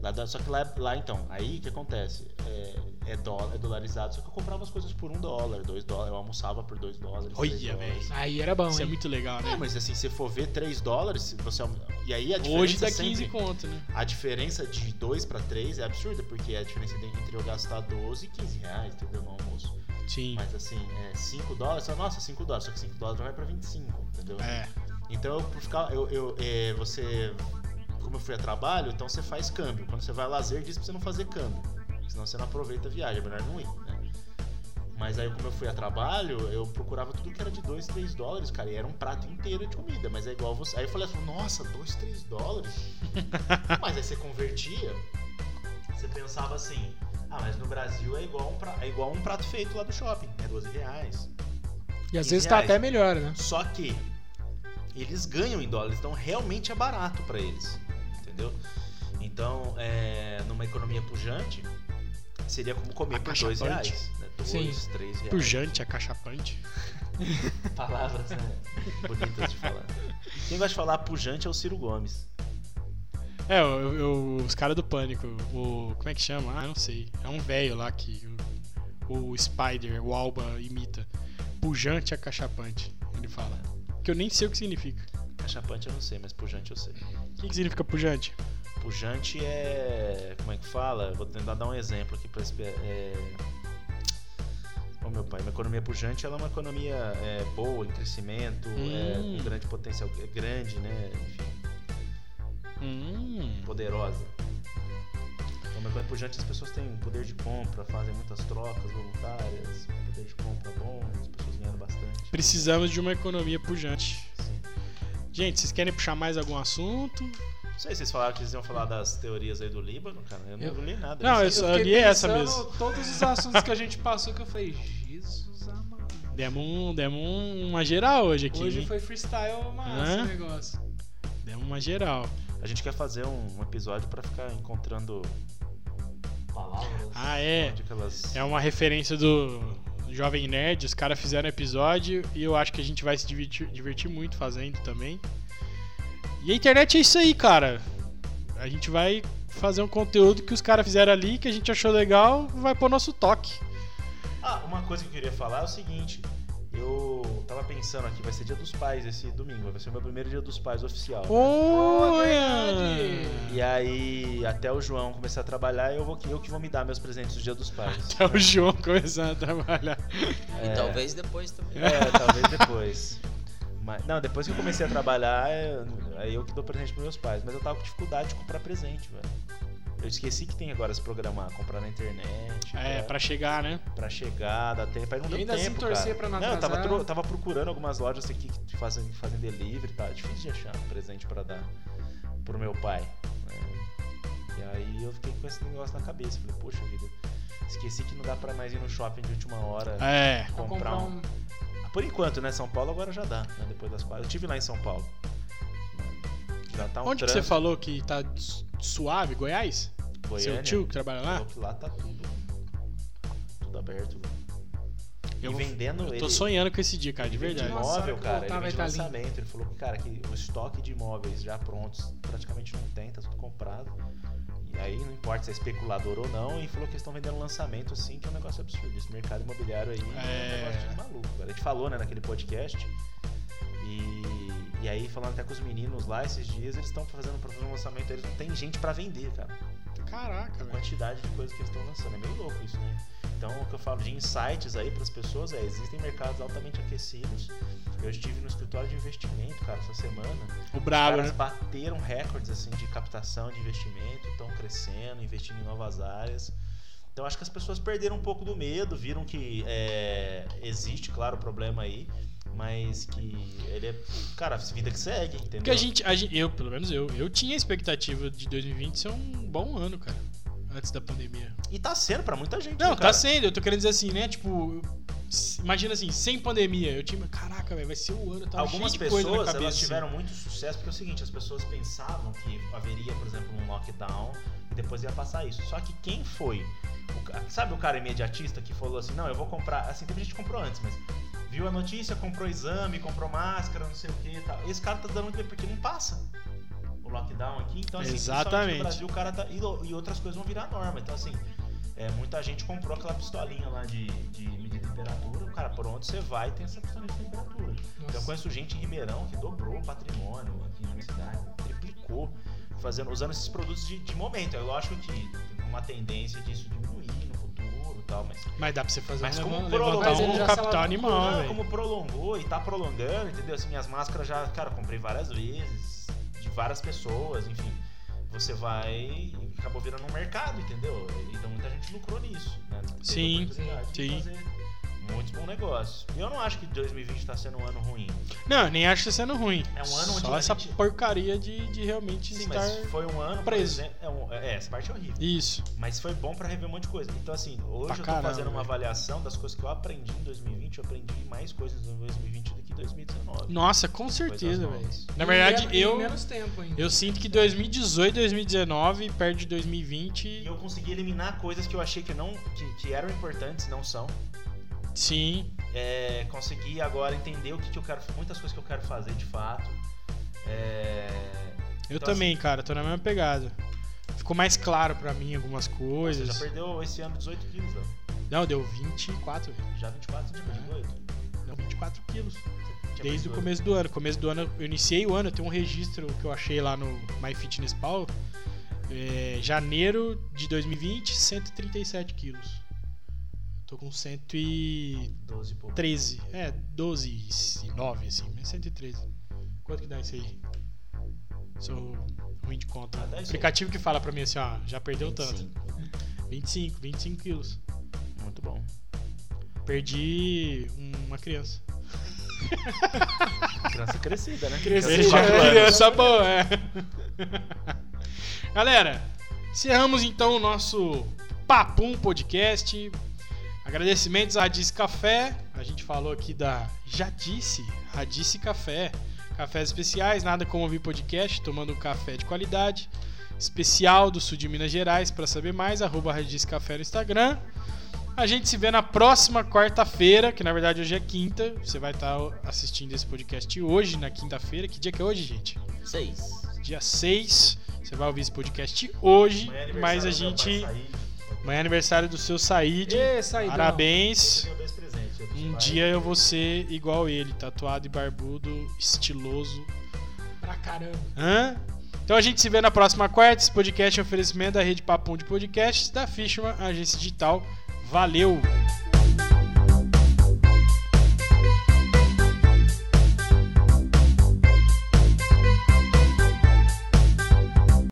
Lá dá- só que lá, lá então, aí o que acontece? É, é, dó- é dolarizado, só que eu comprava as coisas por um dólar, dois dólares, eu almoçava por dois dólares. Olha, três velho. dólares. Aí era bom, Isso é hein? muito legal, É, né? mas assim, se for ver três dólares, você. almo- E aí a diferença. Hoje tá dá 15 sempre- conto, né? A diferença de dois pra três é absurda, porque é a diferença de- entre eu gastar 12 e 15 reais, entendeu? No almoço. Sim. Mas assim, é 5 dólares, só, nossa, 5 dólares, só que 5 dólares já vai pra 25, entendeu? É. Então eu por ficar. Eu, eu- é, você. Como eu fui a trabalho, então você faz câmbio. Quando você vai a lazer, diz pra você não fazer câmbio. Senão você não aproveita a viagem, é melhor não ir, né? Mas aí, como eu fui a trabalho, eu procurava tudo que era de 2, 3 dólares, cara. E era um prato inteiro de comida, mas é igual você. Aí eu falei assim, nossa, 2, 3 dólares? mas aí você convertia, você pensava assim, ah, mas no Brasil é igual um, pra- é igual um prato feito lá do shopping, é 12 reais. E às 15 vezes tá reais. até melhor, né? Só que eles ganham em dólares, então realmente é barato pra eles, entendeu? Então, é, numa economia pujante, seria como comer por dois Acachapante. reais, né? dois, Sim. três reais. Pujante, é acachapante. Palavras né? bonitas de falar. Quem gosta de falar pujante é o Ciro Gomes. É, eu- eu- os caras do Pânico, o. Como é que chama? Ah, não sei. É um velho lá que o, o Spider, o Alba imita. Pujante acachapante, ele fala. Que eu nem sei o que significa. Cachapante eu não sei, mas pujante eu sei. O que, que significa pujante? Pujante é. Como é que fala? Vou tentar dar um exemplo aqui pra esse. É... Ô meu pai, uma economia pujante ela é uma economia é, boa, em crescimento, é, Hum. com grande potencial, é grande, né? Enfim, Hum. poderosa. uma coisa é pujante, as pessoas têm um poder de compra, fazem muitas trocas voluntárias, um poder de compra bom, as pessoas ganham bastante. Precisamos de uma economia pujante. Sim. Gente, vocês querem puxar mais algum assunto? Não sei se vocês falaram que vocês iam falar das teorias aí do Líbano, cara. Eu não li nada. Não, disso. eu só fiquei li essa pensando mesmo. Todos os assuntos que a gente passou que eu falei, Jesus amado. Demos, um- demos um- uma geral hoje aqui. Hoje hein? foi freestyle massa Hã? o negócio. Demos uma geral. A gente quer fazer um, um episódio pra ficar encontrando Tá né? palavras. Ah, é. onde que elas- É uma referência do Jovem Nerd, os caras fizeram episódio e eu acho que a gente vai se divertir, divertir muito fazendo também. E a internet é isso aí, cara. A gente vai fazer um conteúdo que os caras fizeram ali, que a gente achou legal, vai pôr nosso toque. um- Ah, uma coisa que eu queria falar é o seguinte. Eu tava pensando aqui, vai ser dia dos pais esse domingo, vai ser o meu primeiro dia dos pais oficial. né? Olha! verdade! E aí, até o João começar a trabalhar, eu, vou, eu que vou me dar meus presentes do dia dos pais. Até o João começando a trabalhar. E É. talvez depois também. É, talvez depois. Mas, não, depois que eu comecei a trabalhar, eu- aí eu que dou presente pros meus pais. Mas eu tava com dificuldade de comprar presente, velho. Eu esqueci que tem agora se programar, comprar na internet. É, pra chegar, né? pra chegar, dá tempo. Aí não E deu ainda assim tempo, cara. torcer pra não eu tava, atrasar. tro- tava procurando algumas lojas aqui que fazem, fazem delivery e tal. É difícil de achar um presente pra dar pro meu pai. né? E aí eu fiquei com esse negócio na cabeça. Falei, poxa vida, esqueci que não dá pra mais ir no shopping de última hora. É. Pra Comprar um... Por enquanto, né? São Paulo agora já dá, né? Depois das quatro. Eu tive lá em São Paulo. Já tá um Onde que você falou que tá su- suave, Goiás? falou? Seu tio que trabalha lá? Lá tá tudo. Tudo aberto. Eu, e vou- vendendo eu ele. tô sonhando com esse dia, cara, de Ele é vende verdade. Nossa, a hora imóvel, que cara, voltar ele vai vende tá lançamento. Ele falou que, cara, que o estoque de imóveis já prontos praticamente não tem, tá tudo comprado. E aí não importa se é especulador ou não, e falou que eles estão vendendo lançamento assim, que é um negócio absurdo. Esse mercado imobiliário aí é, É. um negócio de maluco, velho. A gente falou, né, naquele podcast. E, e aí, falando até com os meninos lá esses dias, eles estão fazendo pra fazer um lançamento, eles não têm gente pra vender, cara Caraca, a velho. quantidade de coisas que eles estão lançando. É meio louco isso, né? Então, o que eu falo de insights aí para as pessoas é: existem mercados altamente aquecidos. Eu estive no escritório de investimento, cara, essa semana. O Os brabo, caras né? bateram recordes assim de captação de investimento, estão crescendo, investindo em novas áreas. Então acho que as pessoas perderam um pouco do medo, viram que é, existe, claro, o problema aí, mas que ele é, cara, vida que segue, entendeu? Porque a gente, a gente- eu, pelo menos eu, eu tinha a expectativa de 2020 ser um bom ano, cara. Antes da pandemia. E tá sendo pra muita gente, Não, né, tá cara? sendo, eu tô querendo dizer assim, né? Tipo, s- imagina assim, sem pandemia. Eu tinha, caraca, velho, vai ser o ano. eu Tava Algumas cheio de coisa na pessoas cabeça, elas assim. tiveram muito sucesso porque é o seguinte, as pessoas pensavam que haveria, por exemplo, um lockdown e depois ia passar isso. Só que quem foi? O ca- sabe o cara imediatista que falou assim, não, eu vou comprar. Assim, teve gente que comprou antes, mas viu a notícia, comprou exame, comprou máscara, não sei o que e tal. Esse cara tá dando muito bem porque não passa o lockdown aqui. Então, assim, principalmente Exatamente. No Brasil, o cara tá. E, lo- e outras coisas vão virar norma. Então, assim. é, muita gente comprou aquela pistolinha lá de, de medir temperatura. Cara, por onde você vai tem essa pistolinha de temperatura. Então, eu Nossa. conheço gente em Ribeirão que dobrou o patrimônio aqui na minha cidade, triplicou, fazendo, usando esses produtos de, de momento. É lógico que tem uma tendência disso diminuir no futuro e tal, mas. Mas dá pra você fazer Mas um como levan- prolongar- levantar Mas ele um já capital sabe- animal, Não, velho. como prolongou e tá prolongando, entendeu? Assim, minhas máscaras já, cara, eu comprei várias vezes, de várias pessoas, enfim. Você vai. e acabou virando um mercado, entendeu? Então muita gente lucrou nisso, né? Teve Sim, oportunidade de sim. fazer Muitos bons negócios. E eu não acho que 2020 tá sendo um ano ruim. Não, eu nem acho que tá sendo ruim. É um ano onde Só a essa gente- porcaria de, de realmente Sim, estar. mas foi um ano por preso. exemplo, É, um- é, essa parte é horrível. Isso. Mas foi bom pra rever um monte de coisa. Então, assim, hoje Pra eu tô caramba, fazendo uma velho. avaliação das coisas que eu aprendi em 2020. Eu aprendi mais coisas em 2020 do que em 2019. Nossa, com Coisas certeza, novas. velho. Na verdade, é, E- e eu, menos tempo ainda. eu sinto que 2018, 2019, perto de 2020. E eu consegui eliminar coisas que eu achei que não que, que eram importantes, não são. Sim. É, consegui agora entender o que, que eu quero, muitas coisas que eu quero fazer de fato. É, Eu Então, também, cara, tô na mesma pegada. Ficou mais claro pra mim algumas você já coisas. perdeu esse ano 18 quilos, velho. Não, deu 24, velho. Já 24, você tinha É. 18. Deu 24 quilos. Tinha Desde o 18. começo do ano. Começo do ano, eu iniciei o ano, eu tenho um registro que eu achei lá no MyFitnessPal. É, janeiro de 2020, 137 quilos. Tô com 113. 12 e pouco. É, né? 12 e 9, assim, mas 113. Quanto que dá isso aí? Sou ruim de conta. Ah, dez ou- aplicativo que fala pra mim assim, ó, já perdeu tanto. 25. 25, 25 quilos. Muito bom. Perdi um, uma criança. Criança crescida, né? Cresci, Criança de já quatro era anos. criança boa, é. Galera, encerramos então o nosso Papum Podcast. Agradecimentos à Diz Café. A gente falou aqui da Jadice, Radice Café. Cafés especiais, nada como ouvir podcast, tomando um café de qualidade. Especial do sul de Minas Gerais. Para saber mais, arroba Radice Café no Instagram. A gente se vê na próxima quarta-feira, que na verdade hoje é quinta. Você vai estar assistindo esse podcast hoje, na quinta-feira. Que dia que é hoje, gente? 6. Dia 6. Você vai ouvir esse podcast hoje, é mas a gente. Amanhã é aniversário do seu Said. Ê, saída. Parabéns. Um dia eu vou ser igual ele, tatuado e barbudo, estiloso. Pra caramba. Hã? Então a gente se vê na próxima quarta. Esse podcast é um oferecimento da Rede Papum de Podcasts, da Fishman, agência digital. Valeu!